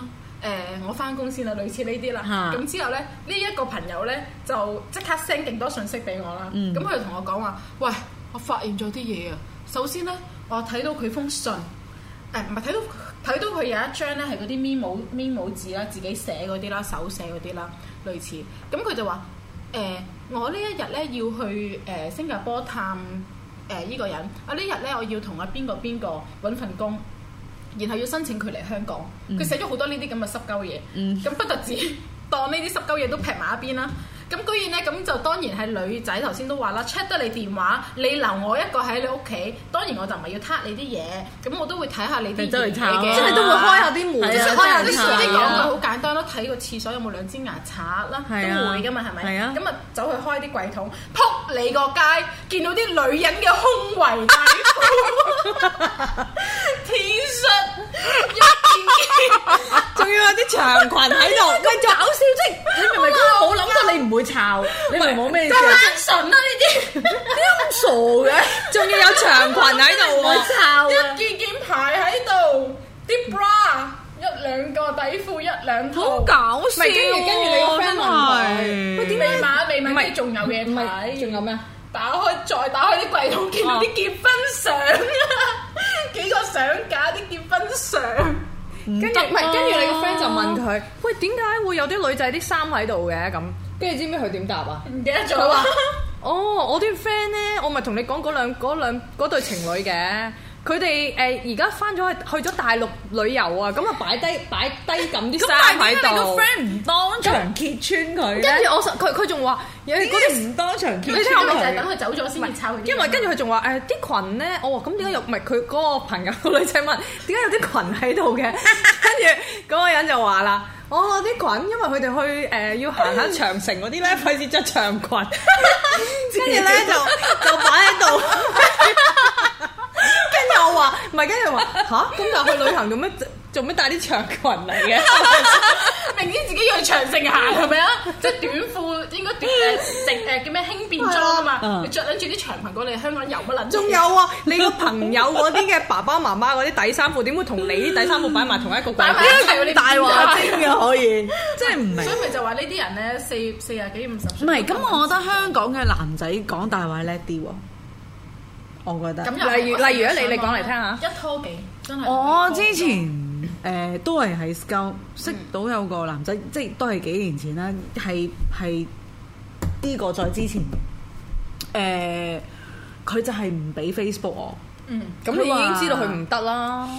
S4: 誒、我翻工先啦，類似呢啲啦。
S7: 嚇
S4: 咁之後咧，呢、一個朋友咧就即刻 send 勁多信息俾我啦。
S6: 嗯
S4: 咁佢同我講話：喂，我發現咗啲嘢啊！首先咧，我睇到佢封信，誒唔係睇到睇到佢有一張咧係嗰啲 memo memo 字啦，自己寫嗰啲啦，手寫嗰啲啦，類似。咁佢就話：誒、我呢一日咧要去誒、新加坡探誒依、個人，啊我呢日咧我要同阿邊個邊個揾份工。然後要申請佢嚟香港，
S7: 嗯
S4: 佢寫咗好多呢啲咁嘅濕鳩嘢，咁、不特止 當呢啲濕鳩嘢都劈埋一邊啦。咁居然呢，咁就當然係女仔頭先都話啦，check 得你電話，你留我一個喺你屋企，當然我就唔係要撻你啲嘢，咁我都會睇下你啲
S7: 你周圍
S4: 嘢
S7: 抄啊
S4: 嘅，
S7: 即係都會
S6: 開下啲門
S4: 即
S7: 係
S4: 係
S7: 啊
S4: 開下啲
S7: 真係
S4: 書啲
S7: 抄
S4: 講
S7: 啊
S4: 句好簡單咯，睇個廁所有冇兩支牙刷啦，都
S7: 係啊
S4: 會噶嘛，係咪？
S7: 係啊
S4: 咁啊走去開啲櫃桶，撲你個街，見到啲女人嘅胸圍大褲 T 恤一件件。
S6: 仲要有啲長裙喺度，佢搞笑即係你明唔明？佢冇諗到你唔會抄，你明冇咩事？
S4: 純啦啊呢
S6: 咁傻嘅，仲要有長裙喺度喎，抄
S4: 啲，一件件排喺度，啲 bra 一兩個底褲一兩套，
S7: 好搞
S4: 啊
S6: 唔
S7: 笑
S6: 係跟住跟住你個 friend 問
S7: 真係
S6: 佢，喂點
S4: 未
S6: 解
S4: 買未
S6: 唔
S4: 買，
S6: 係
S4: 仲有嘢
S6: 唔係
S4: 睇，
S6: 仲有咩？
S4: 打開再打開啲櫃桶，見
S6: Ờ. 啊
S4: 到啲結婚相啊，幾個相架啲結婚相。
S6: 跟住唔係跟住你個 friend 就問佢，喂點解會有啲女仔啲衫喺度嘅咁？跟住知唔知佢點答啊？
S4: 唔記得咗
S6: 佢
S4: 啦
S6: 話：哦，我啲 friend 咧，我咪同你講嗰兩嗰兩嗰對情侶嘅。佢哋誒而家翻咗去去咗大陸旅遊啊，咁啊擺低擺低咁啲
S7: 咁但
S6: 衫
S7: 係
S6: 喺
S7: 點解你個
S6: 度。
S7: friend 唔當場揭穿佢
S6: 跟
S7: 咧？
S6: 住我實佢佢仲話：誒
S7: 點
S6: 嗰
S7: 解
S6: 啲
S7: 你唔當場揭
S4: 你
S6: 你
S7: 穿
S4: 聽
S6: 聽
S4: 我
S6: 我
S4: 咪就
S6: 講係
S4: 係等佢走咗先至抄佢啲嘢。啊
S6: 因為跟住佢仲話誒啲裙咧，我話咁點解有唔係佢嗰個朋友個女仔問點解有啲裙 喺度嘅？跟住嗰個人就話啦。哦，啲裙，因為佢哋去誒、呃要行下長城嗰啲咧，費事着長裙， 跟住咧就就擺喺度。跟住我話，唔係，跟住我話吓，咁但係去旅行做咩做咩帶啲長裙嚟 嘅？
S4: 明知自己要去長城行係咪啊？即係短褲應該短誒成誒叫咩輕便裝啊嘛，你着撚住啲長裙過嚟香港遊乜撚嘢？
S6: 仲有啊，你個朋友嗰啲嘅爸爸媽媽嗰啲底衫褲，點會同你啲底衫褲擺埋同一個櫃
S4: 擺埋
S6: 桶
S4: 一齊喎你
S7: 大
S4: 啊
S7: 話精嘅哎可以，
S6: 真係唔明
S4: 所以咪就話呢啲人咧，四四廿幾五十
S7: 唔
S4: 歲
S7: 係咁，我覺得香港嘅男仔講大話叻啲喎，我覺得。
S4: 咁又
S6: 例如例如啊你你講嚟聽下
S4: 一拖幾真係嗯
S7: 我之前誒、呃都係喺 s c o 識到有個男仔，即係都係幾年前啦，係係呢個再之前誒，呃佢、就係唔俾 Facebook 我。
S4: 嗯
S6: 咁你已經知道佢唔得啦，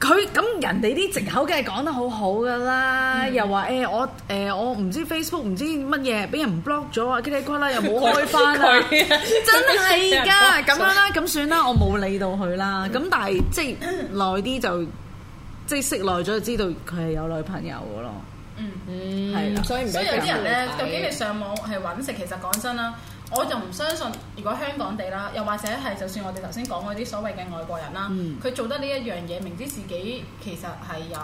S7: 佢咁人哋啲藉口梗係講得好好噶啦，又話誒、我誒、我唔知 Facebook 唔知乜嘢俾人 block 咗啊，跟住啦又 冇開翻啊，
S6: 佢
S7: 真係㗎咁樣啦，咁算啦，我冇理到佢啦。咁但係即係耐啲就即係識耐咗就知道佢係有女朋友噶咯。
S4: 嗯。
S6: 嗯
S7: 係啦
S6: 所以唔俾
S4: 所以有啲人咧，究竟你
S6: 你
S4: 上網係揾食，其實講真啦，我就唔相信，如果香港地啦，又或者係就算我哋頭先講嗰啲所謂嘅外國人啦，
S7: 嗯
S4: 佢、做得呢一樣嘢，明知自己其實係有誒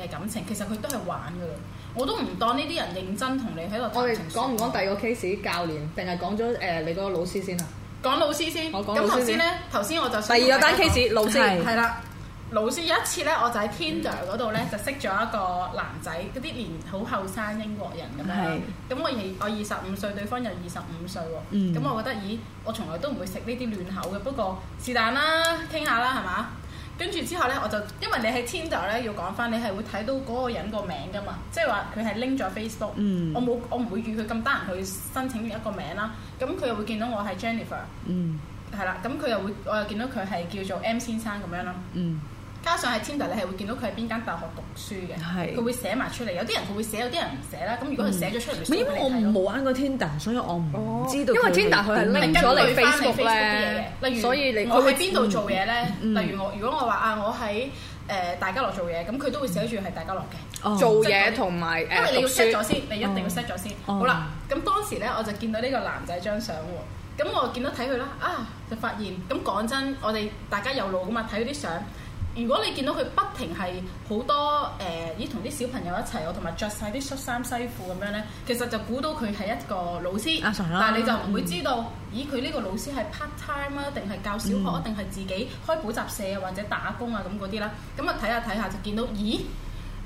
S4: 呃感情，其實佢都係玩噶啦。我都唔當呢啲人認真同你喺度
S6: 我
S4: 談
S6: 哋
S4: 情說愛。
S6: 講唔講第二個 case 教練，定係講咗誒你嗰個老師先啊？
S4: 講老師先？
S6: 我講
S4: 咁
S6: 老師
S4: 頭
S6: 先
S4: 先咧，頭先我就想
S6: 第二個單
S4: 同大家講
S6: case 老師
S7: 係
S4: 係啦。老師有一次咧，我就喺 Tinder 嗰度咧就識咗一個男仔，嗰啲年好後生英國人咁樣啦。咁我二我二十五歲，對方又二十五歲喎。
S7: 嗯
S4: 咁、我覺得，咦，我從來都唔會食呢啲亂口嘅，不過是但啦，傾下啦，係嘛？跟住之後咧，我就因為你喺 Tinder 咧要講翻，你係會睇到嗰個人個名噶嘛，即係話佢係拎咗 Facebook，、
S7: 嗯
S4: 我冇我唔會預佢咁得閒去申請一個名啦。咁佢又會見到我係 Jennifer。
S7: 嗯，
S4: 係啦，咁佢又會我又見到佢係叫做 M 先生咁樣啦。
S5: 嗯，
S4: 加上喺 Tinder 你係會見到佢喺邊間大學讀書嘅，
S5: 係
S4: 佢會寫埋出嚟。有啲人佢會寫，有啲人唔寫啦。咁如果佢寫咗出嚟，
S6: 嗯
S5: 唔係因為我
S4: 冇
S5: 冇玩過 Tinder，所以我唔知道。
S6: 因為 Tinder 佢係
S5: 拎。
S6: 拎
S4: 跟
S6: 咗
S4: 佢
S6: 嚟
S4: 翻嚟
S6: Facebook
S4: Facebook 啲嘢嘅，
S6: 咧，
S4: 例如
S6: 所以你嗯
S4: 我
S6: 佢
S4: 喺
S6: 會
S4: 邊度做嘢咧？例如我如果我話啊，我喺誒大家樂做嘢，咁佢都會寫住係大家樂嘅。
S5: 哦
S6: 做嘢同埋
S4: 因為
S6: 誒
S4: 你
S6: 讀
S4: 要 set 咗
S6: 書。
S4: 先，你一定要 set 咗先。
S5: 哦
S4: 好啦，咁當時咧我就見到呢個男仔張相喎，咁我見到睇佢啦，啊就發現，咁講真，我哋大家有路噶嘛，睇佢啲相。如果你見到佢不停係好多誒，咦同啲小朋友一齊，我同埋着晒啲恤衫西褲咁樣咧，其實就估到佢係一個老師，
S5: 啊常啦
S4: 但係你就唔會知道，咦佢呢個老師係 part time 啊，定係教小學啊，定係自己開補習社啊，或者打工啊咁嗰啲啦。咁啊睇下睇下就見到，咦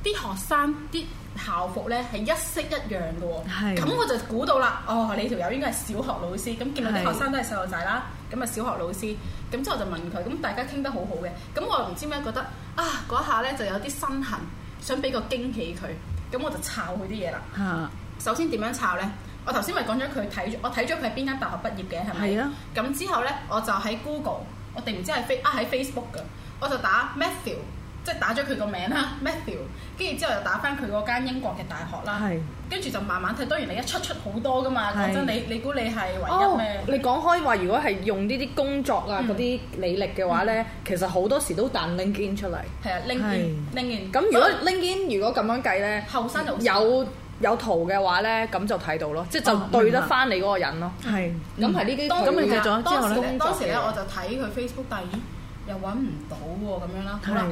S4: 啲學生啲校服咧係一式一樣嘅喎，
S5: 係
S4: 咁我就估到啦，哦你條友應該係小學老師，咁見到啲
S5: 係
S4: 學生都係細路仔啦，咁啊小學老師，咁之後就問佢，咁大家傾得好好嘅，咁我唔知點解覺得啊嗰一下咧就有啲身痕，想俾個驚喜佢，咁我就抄佢啲嘢啦。
S5: 嚇
S4: 首先點樣抄呢？我頭先咪講咗佢睇咗，我睇咗佢係邊間大學畢業嘅係咪？
S5: 係啊。
S4: 咁之後呢，我就喺 Google，我哋唔知係 Face 啊喺 Facebook 㗎，我就打 Matthew，即係打咗佢個名啦，Matthew。跟住之後又打翻佢嗰間英國嘅大學啦。
S5: 係
S4: 跟住就慢慢睇，當然你一出出好多噶嘛。講
S5: 係
S4: 真，你你估你係唯一
S6: 哦
S4: 咩，？
S6: 你講開話，如果係用呢啲工作啊
S4: 嗯
S6: 嗰啲履歷嘅話咧，其實好多時都彈 LinkedIn 出嚟。
S4: 係啊，LinkedIn，LinkedIn。
S6: 咁如果 LinkedIn 如果咁樣計咧，
S4: 後生就
S6: 有有圖嘅話咧，咁就睇到咯，即係
S5: 哦
S6: 就對得
S5: 明白
S6: 翻你嗰個人咯。
S5: 係
S6: 咁係呢啲
S4: 當
S6: 佢
S5: 咁你繼
S6: 會
S5: 續啊之後呢
S4: 當時咧我就睇佢 Facebook，但係咦又揾唔到喎咁樣啦。好啦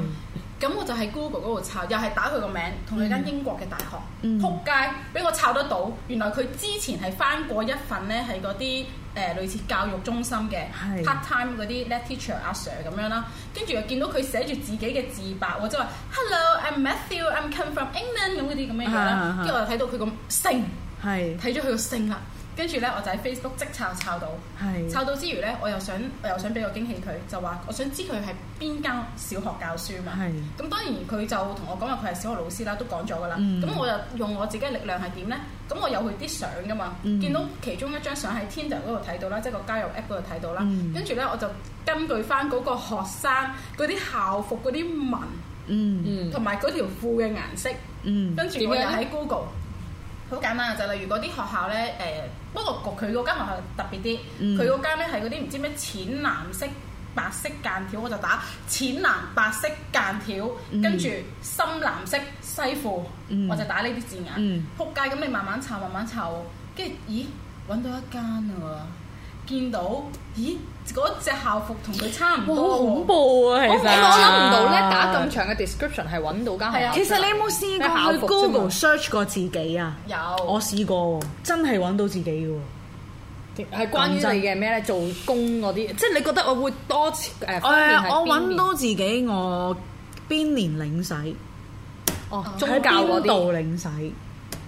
S5: 係，
S4: 咁我就喺 Google 嗰度抄，又係打佢個名同佢間英國嘅大學，
S5: 嗯
S4: 撲街俾我抄得到。原來佢之前係翻過一份咧係嗰啲誒類似教育中心嘅
S5: 係
S4: part time 嗰啲 let teacher 阿 Sir 咁樣啦，跟住又見到佢寫住自己嘅自白喎，即係話 Hello I'm Matthew I'm come from England 咁嗰啲咁嘅嘢啦
S5: 啊啊，啊
S4: 跟住我就睇到佢個姓。
S5: 係
S4: 睇咗佢個姓啦，跟住咧我就喺 Facebook 即抄抄到，
S5: 係
S4: 抄到之餘咧，我又想我又想俾個驚喜佢，就話我想知佢係邊間小學教書嘛。
S5: 係
S4: 咁當然佢就同我講話佢係小學老師啦，都講咗噶啦。咁、
S5: 嗯
S4: 我就用我自己嘅力量係點咧？咁我有佢啲相噶嘛，
S5: 嗯
S4: 見到其中一張相喺 Tinder 嗰度睇到啦，即係個交友 app 嗰度睇到啦。
S5: 嗯
S4: 跟住咧我就根據翻嗰個學生嗰啲校服嗰啲紋
S5: 嗯
S6: 嗯
S4: 同埋嗰條褲嘅顏色。
S5: 嗯
S4: 跟住
S6: 點樣
S4: 我又
S6: 咧
S4: 喺 Google，好簡單啊！就例如嗰啲學校咧，誒、不過佢嗰間學校特別啲，
S5: 嗯
S4: 佢嗰間咧係嗰啲唔知咩淺藍色、白色間條，我就打淺藍白色間條，
S5: 嗯
S4: 跟住深藍色西褲，
S5: 嗯
S4: 我就打呢啲字眼。
S5: 嗯
S4: 仆街咁，你慢慢抄，慢慢抄，跟住咦揾到一間啦喎，見到咦嗰只校服同佢差唔多
S5: 哇
S4: 喎，
S5: 好恐怖啊！其
S6: 我
S5: 實啊
S6: 我諗唔到咧，打咁長嘅 description 係揾到間
S4: 係
S6: 學
S4: 啊
S6: 校。
S5: 其實你有冇試過去 Google search 過自己啊？
S4: 有
S5: 我試過喎，真係揾到自己嘅喎。
S6: 係關於你嘅咩咧？做工嗰啲，即係你覺得我會多誒誒
S5: 誒，哎我揾到自己我邊年領洗，
S6: 哦宗
S5: 喺
S6: 教
S5: 邊
S6: 嗰啲
S5: 度領洗？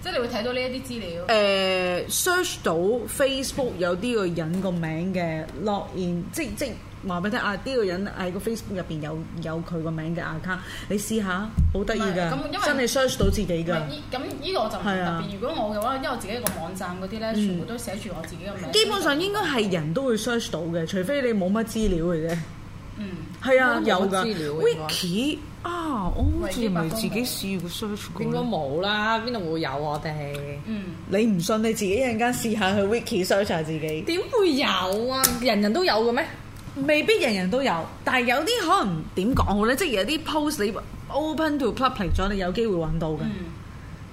S4: 即係你會睇到呢一啲資料。
S5: 誒 search 到 Facebook 有呢個人個名嘅 login，即即話俾你聽啊，呢個人喺個 Facebook 入邊有有佢個名嘅 account，你試下，好得意
S4: 唔係咁因為
S5: 㗎，真係 search 到自己
S4: 唔
S5: 㗎
S4: 係。依咁呢個我就唔
S5: 係啊嗯
S4: 特別。如果我嘅話，因為我自己個網站嗰啲咧，全部都寫住我自己嘅名。
S5: 基本上應該係人都會 search 到嘅，除非你冇乜資料嘅啫。
S4: 嗯，
S5: 係啊，
S6: 應該冇
S5: 有㗎
S6: 資料應該
S5: wiki 啊，我好似唔係自己試過 search
S6: 應該
S5: 過。
S6: 冇啦，邊度會有我哋？
S4: 嗯，
S5: 你唔信你自己一陣間試下去 wiki search 下自己，
S6: 點會有啊？人人都有嘅咩？
S5: 未必人人都有，但係有啲可能點講好咧？即係有啲 post 你 open to public 咗，你有機會揾到嘅。
S4: 嗯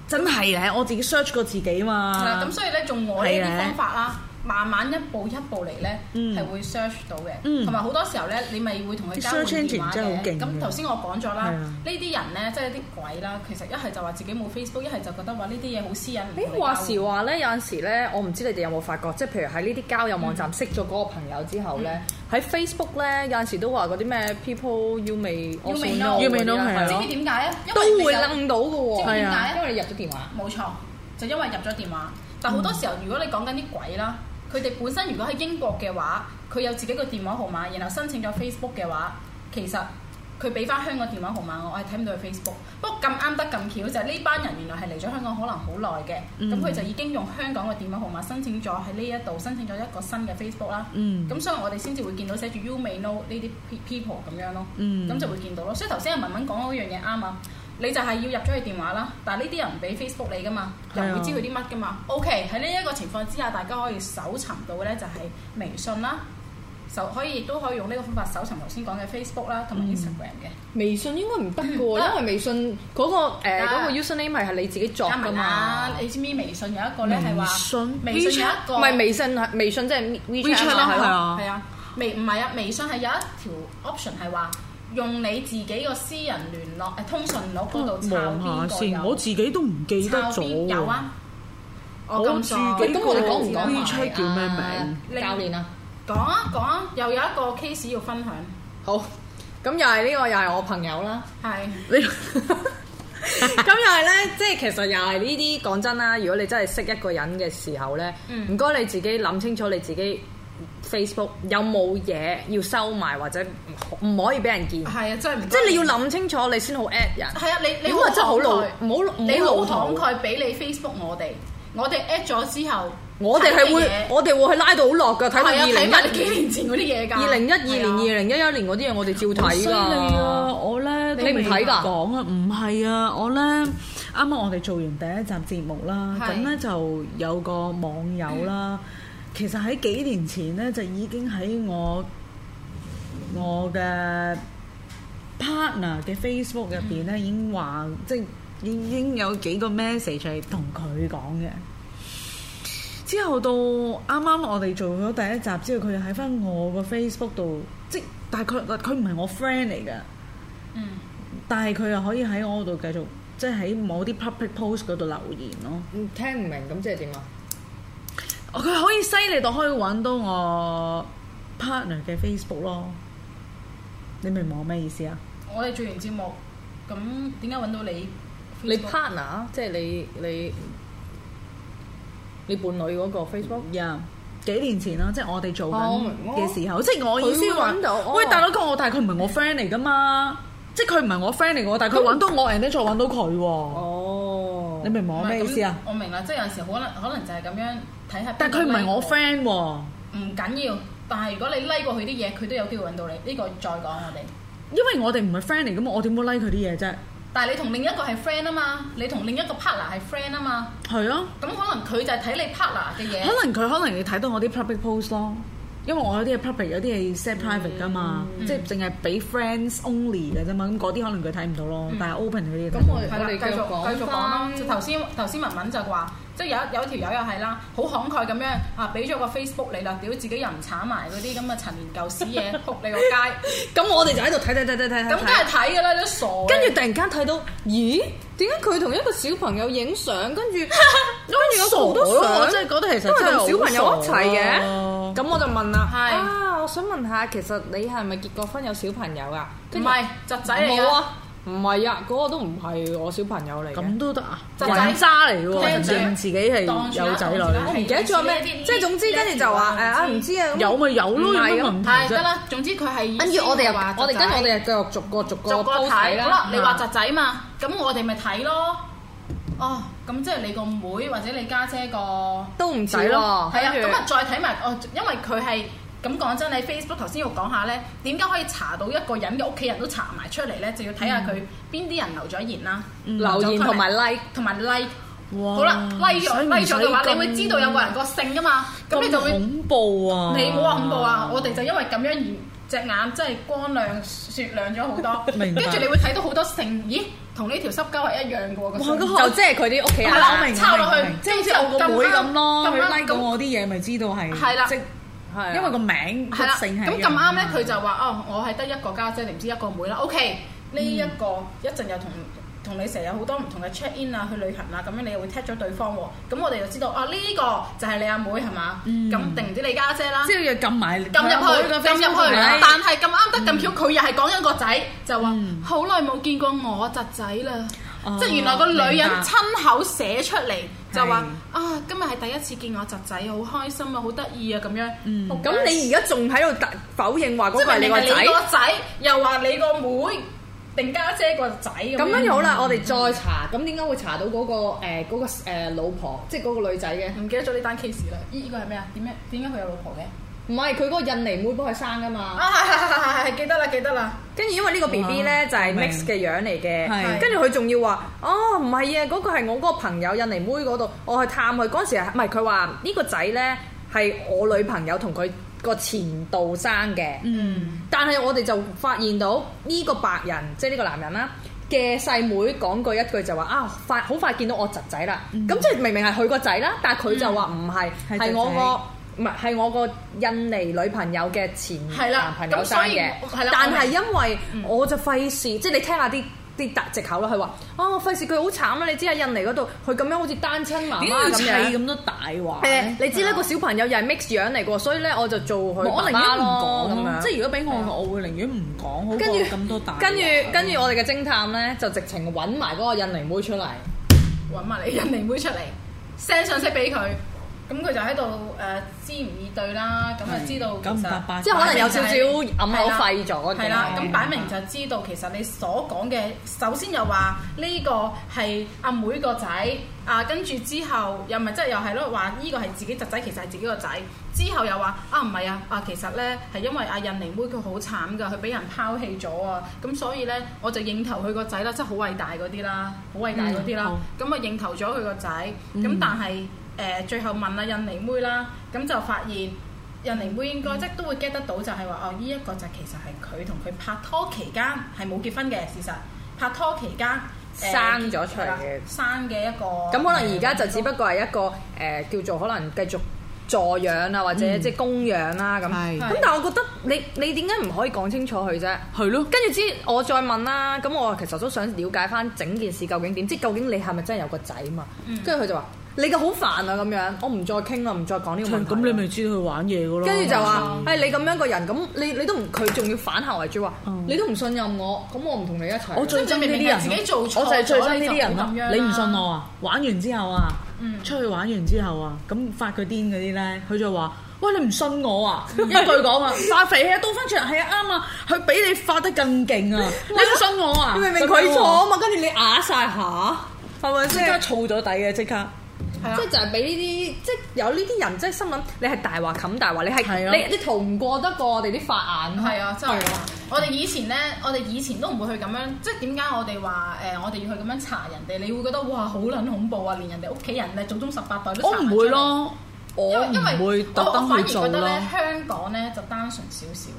S5: 真係咧，我自己 search 過自己
S4: 係啦。
S5: 嘛
S4: 咁。所以咧，用我呢
S5: 啊係
S4: 啲
S5: 啊
S4: 方法啦，慢慢一步一步嚟咧，
S5: 嗯
S4: 係會 search 到嘅。
S5: 嗯
S4: 同埋好多時候咧，你咪會同佢交換
S5: search
S4: 電
S5: engine
S4: 話
S5: 真係好
S4: 嘅。
S5: 勁
S4: 咁
S5: 嘅
S4: 頭先我講咗啦，
S5: 係
S4: 呢
S5: 啊
S4: 啲人咧，即係啲鬼啦，其實一係就話自己冇 Facebook，一係就覺得話呢啲嘢好私隱。唔同你
S6: 誒
S4: 交
S6: 話
S4: 換
S6: 時話咧，有陣時咧，我唔知你哋有冇發覺，即係譬如喺呢啲交友網站識咗嗰個朋友之後咧，
S5: 嗯
S6: 喺 Facebook 咧有陣時都話嗰啲咩 people you may
S4: You may know
S6: also know 嗰啲
S5: You may know，
S6: 啊
S5: 係啊
S6: 係
S4: 知唔
S6: 咯
S4: 知點解啊？因為
S6: 都
S4: 其
S6: 會
S4: 實
S6: 楞到嘅
S4: 知唔知
S6: 喎，
S4: 點解啊
S6: 因為你入咗電話。
S4: 冇錯，就因為入咗電話。但好多時候，如果你講緊啲鬼啦，佢哋本身如果喺英國嘅話，佢有自己個電話號碼，然後申請咗 Facebook 嘅話，其實佢俾翻香港電話號碼我，我係睇唔到佢 Facebook。不過咁啱得咁巧就係呢班人原來係嚟咗香港可能好耐嘅，咁佢、就已經用香港嘅電話號碼申請咗喺呢一度申請咗一個新嘅 Facebook 啦。咁、所以我哋先至會見到寫住 You may know 呢啲 pe- people 咁樣咯。咁、就會見到咯。所以頭先阿文文講嗰樣嘢啱啊。你就係要入咗去電話啦，但係呢啲人唔俾 Facebook 你噶嘛，又
S6: 啊
S4: 唔會知佢啲乜噶嘛。OK，喺呢一個情況之下，大家可以搜尋到咧就係微信啦，搜可以亦都可以用呢個方法搜尋頭先講嘅 Facebook 啦，同埋
S6: 嗯
S4: Instagram 嘅。
S6: 微信應該唔得嘅
S4: 嗯得
S6: 喎，因為微信嗰個誒
S4: 得
S6: 嗰個 username 係係你自己作
S4: 加
S6: 㗎
S4: 埋
S6: 嘛
S4: 啦。，你知唔知微信有一個咧係話微信有一個
S6: 唔係微信係微信，即係 WeChat
S4: 係
S6: 啊嘛係咯。
S4: 啊，係啊，微唔係啊，微信係有一條 option 係話用你自己個私人聯絡誒通訊錄嗰
S6: 哦
S4: 度抄邊
S5: 望下
S4: 個
S5: 先，我
S4: 有，
S5: 自己都唔記得
S4: 抄
S5: 咗
S4: 邊有
S5: 喎。
S4: 啊。
S5: 我
S4: 咁
S5: 自
S4: 傻
S5: 己
S6: 咁我哋講唔
S5: 個
S6: 講埋
S5: WeChat 叫咩
S6: 啊
S5: 名？
S4: 另
S6: 教練啊，
S4: 講啊講啊，又有一個 case 要分享，
S6: 好，咁又係呢個又係我朋友啦。
S4: 係
S6: 你咁又係咧，即係其實又係呢啲講真啦。如果你真係識一個人嘅時候咧，
S4: 嗯
S6: 唔該、你自己諗清楚你自己 Facebook 有冇嘢要收埋或者唔唔可以俾人見，
S4: 係啊，真係唔
S6: 即係你要諗清楚你先好 at 人。
S4: 係啊，你你
S6: 如果真係好
S4: 老
S6: 老，唔好唔好
S4: 你
S6: 老
S4: 好慷
S6: 土。
S4: 慨俾你 Facebook 我哋，我哋 at 咗之後，
S6: 我哋係
S4: 睇嘅
S6: 會
S4: 嘢，
S6: 我哋會去拉到好落㗎，睇到
S4: 係啊
S6: 二零
S4: 睇埋你
S6: 一
S4: 幾年前嗰啲嘢㗎，
S6: 二零一二年、
S4: 係啊
S6: 二零一一年嗰啲嘢，我哋照
S5: 好
S6: 睇
S5: 犀利
S6: 㗎。
S5: 啊！我咧
S6: 你唔睇㗎
S5: 講啊，唔係啊，我咧啱啱我哋做完第一集節目啦，
S4: 係
S5: 咁咧就有個網友啦，其實喺幾年前咧就已經喺我我嘅 partner 嘅 Facebook 入邊咧已經話，即係已經有幾個 message 係同佢講嘅。之後到啱啱我哋做咗第一集之後，佢又喺翻我個 Facebook 度，即但係佢佢唔係我 friend 嚟嘅，
S4: 嗯
S5: 但係佢又可以喺我度繼續，即係喺某啲 public post 嗰度留言咯。
S6: 嗯聽唔明咁即係點啊？
S5: 哦佢可以犀利到可以揾到我 partner 嘅 Facebook 咯。你明唔明我咩意思啊？
S4: 我哋做完節目，咁點解揾到你？
S6: 你 partner 即係你你你伴侶嗰個 Facebook，
S5: 呀幾年前啦，即係我哋做緊
S6: 哦明咯
S5: 嘅時候，即係我意思
S6: 佢
S5: 話
S6: 會揾到哦，
S5: 喂大佬哥，我但係佢唔係我 friend 嚟噶嘛，即係佢唔係我 friend 嚟嘅喎，但係佢揾到我，人哋再揾到佢喎。
S6: 哦
S5: 你明唔明我咩意思啊？？
S4: 我明啦，即係有陣時可能可能就係咁樣睇下。
S5: 但係佢唔係我 friend 喎，
S4: 唔緊要，但係如果你 like 過佢啲嘢，佢都有機會揾到你。呢個再講我哋。
S5: 因為我哋唔係 friend 嚟噶嘛，我點會 like 佢啲嘢啫？
S4: 但係你同另一個係 friend 啊嘛，你同另一個 partner 係 friend 啊嘛，
S5: 係啊。
S4: 咁可能佢就係睇你 partner 嘅嘢。
S5: 可能佢可能要睇到我啲 public post 咯，因為我有啲係 public，有啲係 set private 噶嘛，即係淨係俾 friends only 嘅啫嘛，咁嗰啲可能佢睇唔到咯，但係 open 佢啲
S6: 咁
S5: 睇到
S6: 我
S4: 係啦，繼
S6: 哋繼續講
S4: 續繼續講啦。
S6: 返
S4: 就頭先頭先文文就話，即係有有條友又係啦，好慷慨咁樣啊，俾咗個 Facebook 你啦，屌自己又唔鏟埋嗰啲咁嘅陳年舊屎嘢，仆你個街，
S6: 咁我哋就喺度睇睇睇睇
S4: 咁
S6: 睇
S4: 梗係睇㗎啦，你都傻嘅。
S6: 跟住突然間睇到，咦？點解佢同一個小朋友影相？跟住跟住有好多
S5: 傻咯
S6: 相，
S5: 我真係覺得其實
S6: 因為
S5: 真
S6: 同
S5: 係
S6: 小
S5: 好
S6: 朋
S5: 傻
S6: 友一齊嘅
S5: 咯。
S6: 咁我就問啦，
S4: 係
S6: 啊，我想問下，其實你係咪結過婚有小朋友啊？
S4: 唔
S6: 跟住
S4: 係侄仔嚟
S6: 冇
S4: 㗎。
S6: 啊，唔係啊，嗰個都唔係我小朋友嚟嘅。
S5: 咁都得啊？
S4: 就
S5: 人渣嚟嘅喎，
S4: 聽住
S5: 認自己係有仔
S4: 當住啦
S5: 女，
S6: 我唔記得咗咩，即係總之跟住就話誒啊唔知啊，咁
S5: 有咪有
S6: 唔
S5: 咯，有
S6: 係
S5: 乜
S6: 咁
S5: 問題
S4: 係得
S5: 啫？
S4: 啦，總之佢係
S6: 跟住我哋又
S4: 話侄
S6: 我哋跟住
S4: 仔
S6: 我哋又繼續逐個逐個
S4: 逐個
S6: post
S4: 睇好啦。你話
S6: 啊
S4: 侄仔嘛，咁我哋咪睇咯。哦，咁即係你個妹或者你家姐個
S6: 都唔使
S5: 仔
S6: 咯
S5: 咯，
S4: 係啊，
S6: 跟住
S4: 咁啊再睇埋哦，因為佢係咁講真，你 Facebook 頭先要講下咧，點解可以查到一個人嘅屋企人都查埋出嚟咧？就要睇下佢邊啲人留咗言啦，
S6: 留言同埋 like。
S4: 同埋 like。
S5: 哇
S4: 好啦，like 咗
S5: 使唔
S4: like 咗嘅話，
S5: 使咁
S4: 你會知道有個人個姓噶嘛，咁你就
S5: 咁
S4: 會。
S5: 恐怖啊！
S4: 你冇話恐怖啊！我哋就因為咁樣而隻眼真係光亮雪亮咗好多，跟
S5: 明白
S4: 住你會睇到好多姓，咦，同呢條濕鳩係一樣嘅喎個
S5: 哇
S4: 姓
S5: 咁
S6: 就即係佢啲屋企人
S4: 係啦
S6: 啦，
S5: 我明
S4: 抄落去
S5: 我明即係好似
S4: 跟住
S5: 我
S4: 就
S5: 個妹
S4: 咁啱
S5: 咁咯，
S4: 咁
S5: 佢
S4: 啱
S5: like 到
S4: 咁
S5: 我啲嘢，咪知道係
S4: 係啦
S5: 即
S6: 係
S5: 因為個
S6: 咁
S5: 名
S4: 係
S5: 個
S4: 啦。
S5: 姓係
S4: 咁
S5: 一
S4: 咁
S5: 樣
S4: 啱咧，佢就話哦，我係得一個家姐，定唔知一個妹啦。OK，呢一個
S5: 嗯
S4: 一陣又同。同你成日有好多唔同嘅 check in 啊，去旅行啊，咁樣你又會 tag 咗對方喎，咁我哋就知道啊呢個就係你阿妹係嘛，
S5: 嗯
S4: 咁定唔知你家姐啦
S5: 即，係要撳埋撳
S4: 撳入去，撳入去，但係咁啱得咁巧，佢又係講緊個仔，就話好耐冇見過我侄仔啦，即係原來個女人
S6: 明白
S4: 親口寫出嚟就話
S5: 係
S4: 啊，今日係第一次見我侄仔，好開心啊，好得意啊咁樣。仆街
S6: 咁你而家仲喺度突否認話
S4: 即
S6: 嗰個
S4: 係
S6: 係你
S4: 明明
S6: 個
S4: 係你個
S6: 仔？
S4: 仔，又話你個妹定家姐個仔咁
S6: 咁樣好啦，我哋再查，咁點解會查到嗰個誒嗰個誒老婆，即係嗰個女仔嘅？
S4: 唔記得咗呢單 case 啦。依依個係咩啊？點咩？點解佢有老婆嘅？
S6: 唔係佢嗰個印尼妹幫佢生噶嘛？
S4: 啊係係係係係記得啦記得啦。
S6: 跟住因為呢個 B B 咧就係
S5: 明
S6: mix 嘅樣嚟
S5: 係
S6: 嘅，跟住佢仲要話：哦，唔係啊，嗰、個係我嗰個朋友印尼妹嗰度，我去探佢嗰陣時啊係，唔係佢話呢個仔咧係我女朋友同佢個前度生嘅。
S5: 嗯，
S6: 但係我哋就發現到呢個白人，即係呢個男人啦嘅細妹講過一句就話啊，快好快見到我侄仔啦。
S4: 嗯
S6: 咁即係明明係佢個仔啦，但係佢就話唔係，
S5: 係
S6: 係
S5: 侄
S6: 我個唔係係我個印尼女朋友嘅前
S4: 係啦
S6: 男朋友生嘅
S4: 咁所以係啦。
S6: 但
S4: 我
S6: 係
S4: 明
S6: 因為
S5: 嗯
S6: 我就費事，即係你聽下啲。啲特藉口啦，佢話：哦，費事佢好慘啦！你知喺啊印尼嗰度，佢咁樣好似單親媽
S5: 點解
S6: 媽
S5: 要
S6: 咁
S5: 砌
S6: 樣。啊
S5: 咁啊多大話
S6: 誒、
S5: 咧？
S6: 你知呢個小朋友又係 mix 樣嚟嘅喎，所以咧我就做佢
S5: 我寧
S6: 爸
S5: 願
S6: 爸
S5: 唔
S6: 咯
S5: 講
S6: 咁樣。
S5: 哦
S6: 啊
S5: 咯，即係如果俾我，我會寧願唔講，好過
S6: 跟住
S5: 咁多大話。嗯
S6: 跟住跟住我哋嘅偵探咧就直情揾埋嗰個印尼妹出嚟，
S4: 揾埋你印尼妹出嚟 send 信息俾佢，咁佢就喺度誒知唔以對啦，咁啊知道
S5: 九唔搭八，
S6: 即係可能有少少
S4: 暗
S6: 暗口廢咗嘅。
S4: 係啦，咁擺明就知道其實你所講嘅，首先又話呢個係阿妹個仔，啊跟住之後又咪即係又係咯，話呢個係自己侄仔，其實係自己個仔。之後又話啊唔係啊，啊其實呢係因為阿印尼妹佢好慘㗎，佢俾人拋棄咗啊，咁所以呢，我就認頭佢個仔啦，即係好偉大嗰啲啦，好偉大嗰啲啦
S5: 嗯好，
S4: 咁啊認頭咗佢個仔，咁、但係誒、呃最後問阿印尼妹啦，咁就發現。印尼妹應該即係都會 get 得到，就係話哦，呢、一個就其實係佢同佢拍拖期間係冇結婚嘅事實，拍拖期間、呃
S6: 生咗出嚟嘅
S4: 生嘅一個。
S6: 咁可能而家就只不過係一個誒、呃叫做可能繼續助養啊，或者即係供養啦咁。
S5: 嗯係
S6: 咁但係我覺得你你點解唔可以講清楚佢啫？
S5: 係咯，
S6: 跟住之，我再問啦。咁我其實都想了解翻整件事究竟點，即係究竟你係咪真係有個仔嘛？
S5: 嗯
S6: 跟住佢就話：你嘅好煩啊咁樣，我唔再傾啦，唔再講呢個問題啦。
S5: 咁你咪哦知佢玩嘢噶咯。
S6: 跟住就話：誒、你咁樣個人，咁你你都唔佢仲要反校為主話，你都唔信任我，咁我唔同你一齊。
S5: 哦我最憎呢啲人，
S4: 即係明明係自己做錯咗
S5: 我就係最憎呢啲人
S4: 你就唔好咁樣啦
S5: 咯。你唔信我啊？玩完之後啊，
S6: 嗯
S5: 出去玩完之後啊，咁發佢癲嗰啲咧，佢就話：喂，你唔信我啊？一句講 啊，發肥氣啊，倒翻出嚟係啊啱啊，佢比你發得更勁 啊！你唔信我啊？
S6: 你明明
S5: 咁樣
S6: 佢
S5: 喎
S6: 錯啊嘛，跟住你啞晒下，係咪
S5: 即
S6: 先
S5: 刻？燥咗底嘅，即刻。
S4: 係啊
S6: 即係就係俾呢啲，即係有呢啲人，即係心諗你係大話冚大話，你
S5: 係
S6: 係
S5: 啊
S6: 你你逃唔過得過我哋啲法眼。
S4: 係啊，真係啊！我哋以前呢，我哋以前都唔會去咁樣，即係點解我哋話誒，我哋要去咁樣查人哋，你會覺得哇好撚恐怖啊！連人哋屋企人咧祖宗十八代都查
S5: 我
S4: 埋
S5: 唔會
S4: 出嚟
S5: 咯，
S4: 因
S5: 我
S4: 為因為
S5: 唔會特
S4: 我我
S5: 登
S4: 反而
S5: 去
S4: 覺
S5: 做
S4: 得
S5: 咯
S4: 咧。，香港咧就單純少少，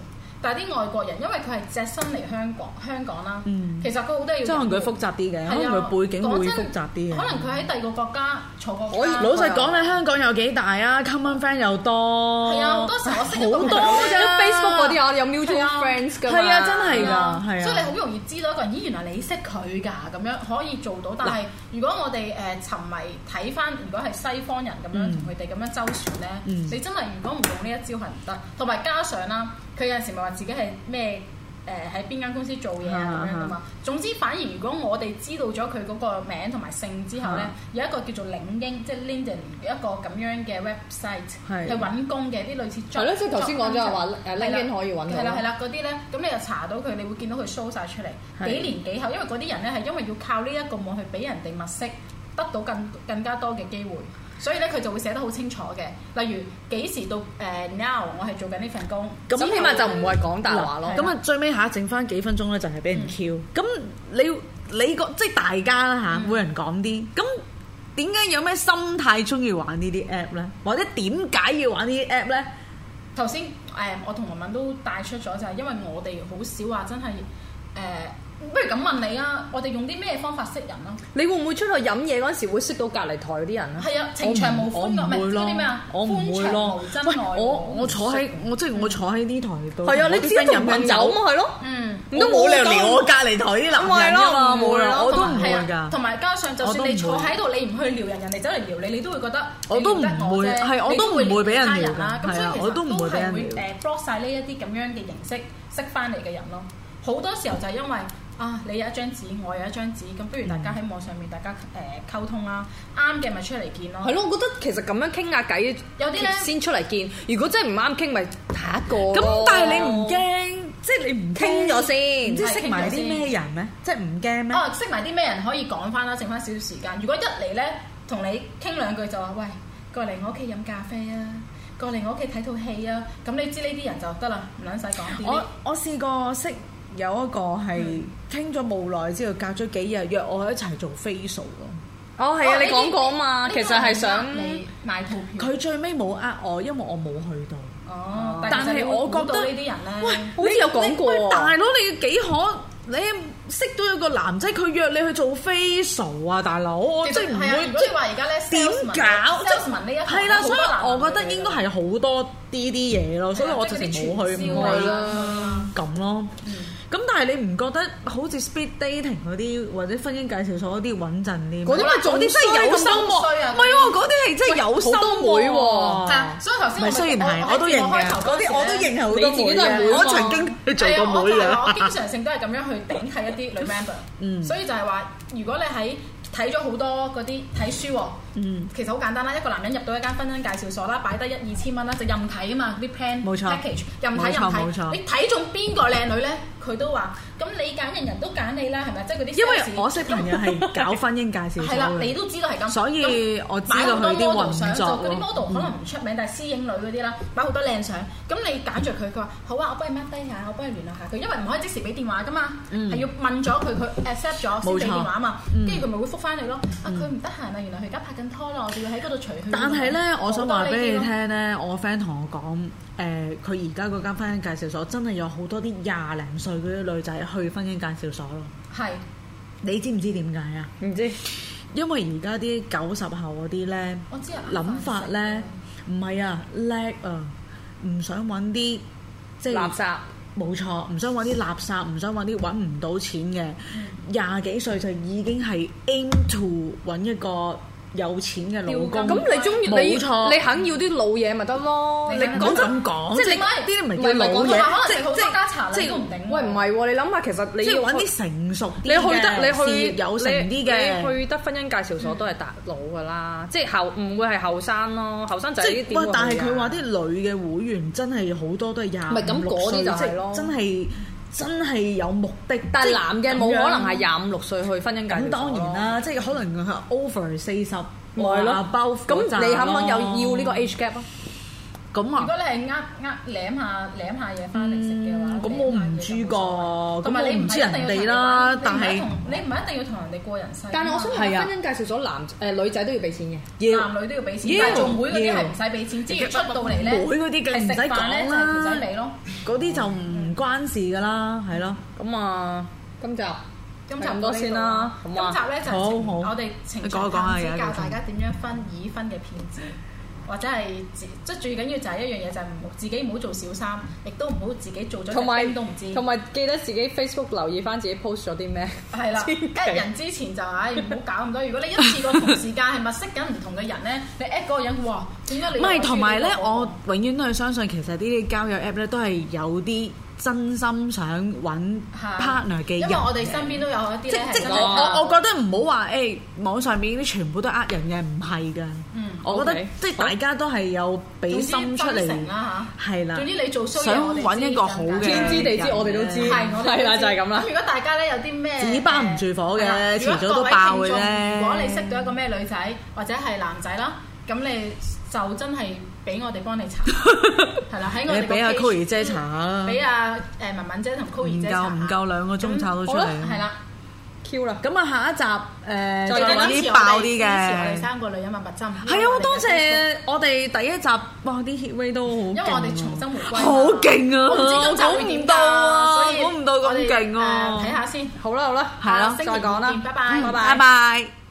S4: 但係啲外國人因為佢係隻身嚟香港，香港啦，
S5: 嗯
S4: 其實佢好多嘢要
S5: 即係可能佢
S4: 入
S5: 複雜啲嘅，
S4: 係啊
S5: 可能佢背景會複雜啲嘅。
S4: 可能佢喺第二個國家坐過啊
S6: 可以
S4: 監
S5: 老實講，你香港有幾大啊？Common friend 又多，
S4: 係啊好多時候我識一個
S5: 好多
S4: 朋友
S6: 即係
S5: 㗎
S6: Facebook 嗰啲我哋有
S4: 係
S6: mutual
S4: 啊
S6: friends 㗎嘛
S5: 係啊，真係㗎，
S4: 係啊
S5: 係啊，
S4: 所以你好容易知道一個人，咦，原來你識佢㗎，咁樣可以做到。但係如果我哋誒、呃沉迷睇翻，如果係西方人咁樣
S6: 嗯
S4: 同佢哋咁樣周旋咧，
S5: 嗯
S4: 你真係如果唔用呢一招係唔得。同埋加上啦，佢有陣時咪話自己係咩誒喺邊間公司做嘢啊咁樣㗎嘛。總之，反而如果我哋知道咗佢嗰個名同埋姓之後咧，
S5: 啊
S4: 有一個叫做領英，即係 LinkedIn 一個咁樣嘅 website
S5: 係
S4: 去揾工嘅啲類似啊
S6: 係咯即係頭先講咗話誒 LinkedIn 可以揾到
S4: 係啦係啊啦，嗰啲咧，咁你又查到佢，你會見到佢 show 晒出嚟，
S5: 係
S4: 幾年幾後，因為嗰啲人咧係因為要靠呢一個網去俾人哋物色，得到更更加多嘅機會，所以咧佢就會寫得好清楚嘅，例如幾時到誒呃 now 我係做緊呢份工，
S6: 咁起碼就唔會係講大話咯
S4: 係。嗯
S5: 咁啊，最尾下剩翻幾分鐘咧，就係俾人 Q。咁你你個即係大家啦
S4: 嗯
S5: 嚇，每人講啲。咁點解有咩心態中意玩呢啲 app 咧？或者點解要玩呢啲 app 咧？
S4: 頭先誒，呃我同文文都帶出咗，就係因為我哋好少話真係誒、呃不如咁問你啊，我哋用啲咩方法識人啊？
S6: 你會唔會出去飲嘢嗰陣時會識到隔離台嗰啲人啊？
S4: 係啊，情長無
S5: 我
S4: 寬
S5: 唔
S4: 嘅，唔係
S5: 會
S4: 嗰
S5: 咯
S4: 啲咩啊，，
S5: 我唔會
S4: 寬長
S5: 咯
S4: 啊無真。
S5: 喂，
S4: 愛
S5: 我我坐喺我即係我坐喺呢台度，
S6: 係啊，
S5: 我
S6: 你
S5: 啲
S6: 自
S5: 新
S6: 己同
S5: 人
S6: 朋
S5: 朋
S6: 友
S5: 友
S6: 嘛係咯，
S4: 嗯。
S5: 我
S6: 都
S5: 冇理由
S6: 當
S5: 連我隔離台啲男人㗎嘛，
S6: 唔
S5: 冇
S6: 會
S5: 啦，
S6: 咯
S5: 我都
S4: 同
S5: 唔
S4: 埋
S5: 會
S4: 係啊
S5: 㗎。
S4: 同埋加上，就
S5: 我都
S4: 算
S5: 唔
S4: 你坐
S5: 會
S4: 喺度，你唔去撩人，人哋走嚟撩你，你都會覺得
S5: 我都唔
S4: 你撩得
S5: 會
S4: 啫
S5: 係我
S4: 你
S5: 都唔會俾人
S4: 會
S5: 撩
S4: 其他啦
S5: 㗎
S4: 咁所
S5: 係啊
S4: 以其
S5: 我
S4: 實
S5: 都
S4: 都
S5: 唔會俾
S4: 係
S5: 人
S4: 會呃
S5: 撩
S4: 誒 block 晒呢一啲咁樣嘅形式識翻嚟嘅人咯。好多時候就係因為啊，你有一張紙，我有一張紙，咁不如大家喺網上面大家誒、溝通啦，啱嘅咪出嚟見咯
S6: 係。咯，我覺得其實咁樣傾下偈，
S4: 有啲呢
S6: 先出嚟見。如果真係唔啱傾，咪下一個咯。
S5: 咁但係你唔驚，即係你唔
S6: 傾咗先
S5: 唔知識埋啲咩人咩？即係唔驚咩？
S4: 啊，識埋啲咩人可以講翻啦，剩翻少少時間。如果一嚟咧，同你傾兩句就話喂，過嚟我屋企飲咖啡啊，過嚟我屋企睇套戲啊，咁你知呢啲人就得啦，唔撚使講啲
S5: 我
S4: 呢。
S5: 我試過識有一個係傾咗冇耐之後，隔咗幾日約我一齊做 facial 咯。
S6: 哦，係啊，你嗯講過啊嘛，其實係想
S4: 你買套票。
S5: 佢最尾冇呃我，因為我冇去到。
S4: 哦，
S5: 但係
S4: 係
S5: 我覺
S4: 覺
S5: 得
S4: 得呢啲人咧，
S6: 好似有講過
S5: 你喂
S6: 喎
S5: 大佬你幾可？你識到有個男仔，佢約你去做 facial 啊，大佬，我
S4: 其
S5: 即
S4: 實
S5: 係
S4: 係
S5: 唔
S4: 啊如
S5: 會即
S4: 果你話而家咧
S5: 點
S4: salesman
S5: 搞？
S4: ？salesman 呢一行
S5: 係啦，
S4: 好
S5: 所
S4: 多
S5: 以
S4: 男
S5: 我覺
S4: 嘅啊
S5: 得應該係好多呢啲嘢咯，所以我直情冇去，
S4: 即係嗰啲
S5: 唔
S4: 傳銷
S5: 係
S4: 啊
S5: 咁咯。咁但係你唔覺得好似 speed dating 嗰啲或者婚姻介紹所嗰啲穩陣啲咩？
S6: 嗰啲咪仲
S5: 嗰啲真係有心
S4: 咁多衰
S5: 喎，
S4: 啊
S5: 唔係喎，嗰啲係真係有心
S6: 好多妹喎
S5: 喎。
S4: 係啊所以頭先
S5: 唔
S4: 我咪
S5: 係哦雖然係，我都認
S4: 我喺啊節目
S5: 嘅，
S4: 開頭
S5: 嗰
S4: 嗰時
S5: 啲我都
S4: 咧
S5: 認係好多
S6: 你自己都係
S5: 妹啊
S6: 妹
S5: 嘅。
S6: 喎
S5: 我曾經去做
S4: 啊係啊，
S5: 過
S4: 我
S5: 妹
S4: 就係 話我
S5: 嘅。
S4: 經常性都係咁樣去頂替一啲女 member，、所
S5: 嗯
S4: 以就係話，如果你喺睇咗好多嗰啲睇書喎，
S5: 嗯
S4: 其實好簡單啦，一個男人入到一間婚姻介紹所啦，擺低一二千蚊啦，就任睇啊嘛，啲 plan
S5: 冇錯
S4: package 任睇
S5: 冇錯
S4: 任
S5: 冇錯
S4: 睇，你睇中邊個靚女咧，佢都話，咁你揀人人都揀你啦，係咪？即係嗰啲
S5: 因
S4: sales
S5: 為我識朋友係搞婚姻介紹所
S4: 係啦，你
S5: 嘅，
S4: 都知道係咁，
S5: 所以
S4: 咁
S5: 我知道
S4: 買
S5: 佢啲
S4: 好多 model
S5: 運
S4: 相
S5: 作
S4: 就嗰啲
S5: 咯
S4: model 可能唔出名，但係私影女嗰啲啦，擺好多靚相。咁你揀着佢，佢話好啊，我幫你 mark 低下，我幫你聯絡下佢，因為唔可以即時俾電話噶嘛，係要問咗佢，佢 accept 咗先
S5: 冇
S4: 俾
S5: 錯
S4: 電話嘛。跟住佢咪會覆翻你咯。啊，佢唔得閒啊，原來佢而家拍緊拖啦，我哋要喺嗰度除佢。
S5: 但係
S6: 嗯
S5: 咧，我想話俾你
S4: 好多呢
S5: 聽咧，我 friend 同我講，誒佢而家嗰間婚姻介紹所真係有好多啲廿零歲嗰啲女仔去婚姻介紹所咯。
S4: 啲咯，係
S5: 你知唔知點解啊？
S6: 唔知
S5: 因為而家啲九十後嗰啲咧，
S4: 我知啊
S5: 諗法咧唔係啊叻啊，唔想揾啲即係
S6: 垃圾。
S5: 冇錯，唔想揾啲垃圾，唔想揾啲揾唔到錢嘅，廿幾歲就已經係 aim to 揾一個有錢嘅老公。
S6: 咁你中意你
S5: 冇錯
S6: 你肯要啲老嘢咪得咯？
S4: 你
S6: 你
S4: 肯
S5: 講真講，
S6: 哦即
S5: 即
S6: 係
S5: 係
S6: 你
S5: 你
S6: 啲
S5: 啲唔
S6: 唔係
S5: 係
S6: 老
S5: 老
S6: 嘢
S4: 同埋可
S5: 嘢，
S4: 能你好多家茶
S5: 即
S4: 你都唔頂喎。
S6: 喂唔係喎，你諗下其實你
S5: 即係
S6: 要
S5: 揾啲成熟
S6: 你
S5: 啲
S6: 去得
S5: 嘅
S6: 你
S5: 事
S6: 去
S5: 業有成啲
S6: 你
S5: 嘅。
S6: 去得婚姻介紹所都係大佬噶啦，即係後唔會係後生咯，後生仔
S5: 即
S6: 啲
S5: 係
S6: 點
S5: 喂
S6: 會，
S5: 但係
S6: 去啊
S5: 佢話啲女嘅會員真係好多都係廿
S6: 咪咁
S5: 五六
S6: 嗰啲
S5: 歲
S6: 就
S5: 即
S6: 係咯
S5: 真係真係有目的。
S6: 但係
S5: 即
S6: 男嘅
S5: 咁
S6: 冇
S5: 樣
S6: 可能係廿五六歲去婚姻介紹所
S5: 咁當然
S6: 咯，
S5: 啦，即係可能佢 over 四十，
S6: 咪係咯，
S5: 包
S6: 咁你肯唔肯有要呢個 age gap 啊？
S5: 咁
S4: 如
S5: 啊
S4: 果，你係呃呃舐下舐下嘢翻嚟食嘅話，
S5: 咁
S4: 舐
S5: 我
S4: 下嘢
S5: 唔
S4: 就
S5: 知
S4: 冇所謂
S5: 㗎，咁
S4: 同埋
S5: 我
S4: 你
S5: 唔知人哋啦，但係
S4: 你唔係一定要同人哋過人世㗎嘛。
S6: 但係我想
S5: 係
S6: 問
S5: 啊
S6: 婚姻介紹所男誒女仔都要俾錢嘅，
S5: 要
S4: 男女都要俾錢，
S5: 妖
S4: 但係做妹嗰啲係唔使俾錢，只要出到嚟咧，
S5: 妹嗰啲梗係唔使講啦
S4: 係食飯咧就係條仔你咯。
S5: 嗰啲就唔關事㗎啦，係咯。
S6: 咁啊，今集。
S4: 今集
S6: 咁多先啦
S4: 今
S6: 好嘛
S4: 集咧就係
S5: 好
S4: 情
S5: 好
S4: 我哋情
S5: 你
S4: 場
S5: 講一講啊
S4: 探
S5: 而
S4: 子教
S5: 家呢個
S4: 大家點樣分已婚嘅騙子，或者係自即係最緊要就係一樣嘢就係唔好自己唔好做小三，亦都唔好自己做咗
S6: 同埋
S4: 隻兵都唔知。
S6: 同埋記得自己 Facebook 留意翻自己 post 咗啲咩。
S4: 係啦，
S6: 千祈
S4: 一人之前就唉唔好搞咁多。如果你一次過同時間係物識緊唔同嘅人 咧，你 at 嗰個人，哇，點解
S5: 唔
S4: 你
S5: 係，同埋咧，我
S4: 我
S5: 永遠都係相信，其實呢啲交友 app 咧都係有啲真心想揾 partner
S4: 啊因
S5: 嘅人
S4: 為我哋
S5: 嘅
S4: 身邊都有一啲
S5: 即
S4: 咧係
S5: 即
S4: 真
S5: 我
S4: 係
S5: 我我覺得唔好話誒網上邊啲全部都呃人嘅，唔係㗎。
S4: 嗯
S5: 我覺得
S6: OK，
S5: 即係大家都係有俾
S4: 總
S5: 心出
S4: 之分
S5: 嚟
S4: 成啦，
S5: 係啦
S4: 總。之你做衰嘢
S5: 想
S4: 我哋知
S5: 揾一個好嘅嗯
S6: 天知地知，
S5: 人
S6: 我哋都知，
S4: 係我哋
S6: 係啦，
S4: 知
S6: 就係咁啦
S4: 咁。如果大家咧有啲咩
S5: 紙包唔住火
S4: 誒
S5: 嘅遲早都爆
S4: 如
S5: 嘅啫
S4: 果各位聽眾如果你識到一個咩女仔或者係男仔啦，咁你就真係俾我哋幫你查， 係啦，喺我哋
S5: 你
S4: 個
S5: 俾阿
S4: page，
S5: Koey 姐查啊
S4: 嗯俾阿誒文文姐同 Koey
S5: 唔
S4: 姐查
S5: 夠唔夠兩個鐘炒到出嚟
S4: 係啦。
S6: Q 啦，
S5: 咁啊，下一集誒、呃、
S4: 再
S5: 再
S4: 揾
S5: 揾啲爆啲嘅。
S4: 我哋
S5: 係啊，
S4: 三個女人物物針。
S5: 好多謝我哋第一集，哇！啲 hit rate 都好勁
S4: 因為
S5: 啊，
S4: 我哋重新回歸。
S5: 好勁啊！
S4: 我唔知今集
S5: 估
S4: 會
S5: 唔
S4: 點
S5: 到啊
S4: 㗎，所，以
S5: 估唔到咁勁
S4: 我哋誒睇
S5: 啊！
S4: 下先，
S6: 好啦好啦，
S5: 係咯
S4: 下星期
S6: 再講啦
S4: 見拜拜
S5: 嗯拜拜。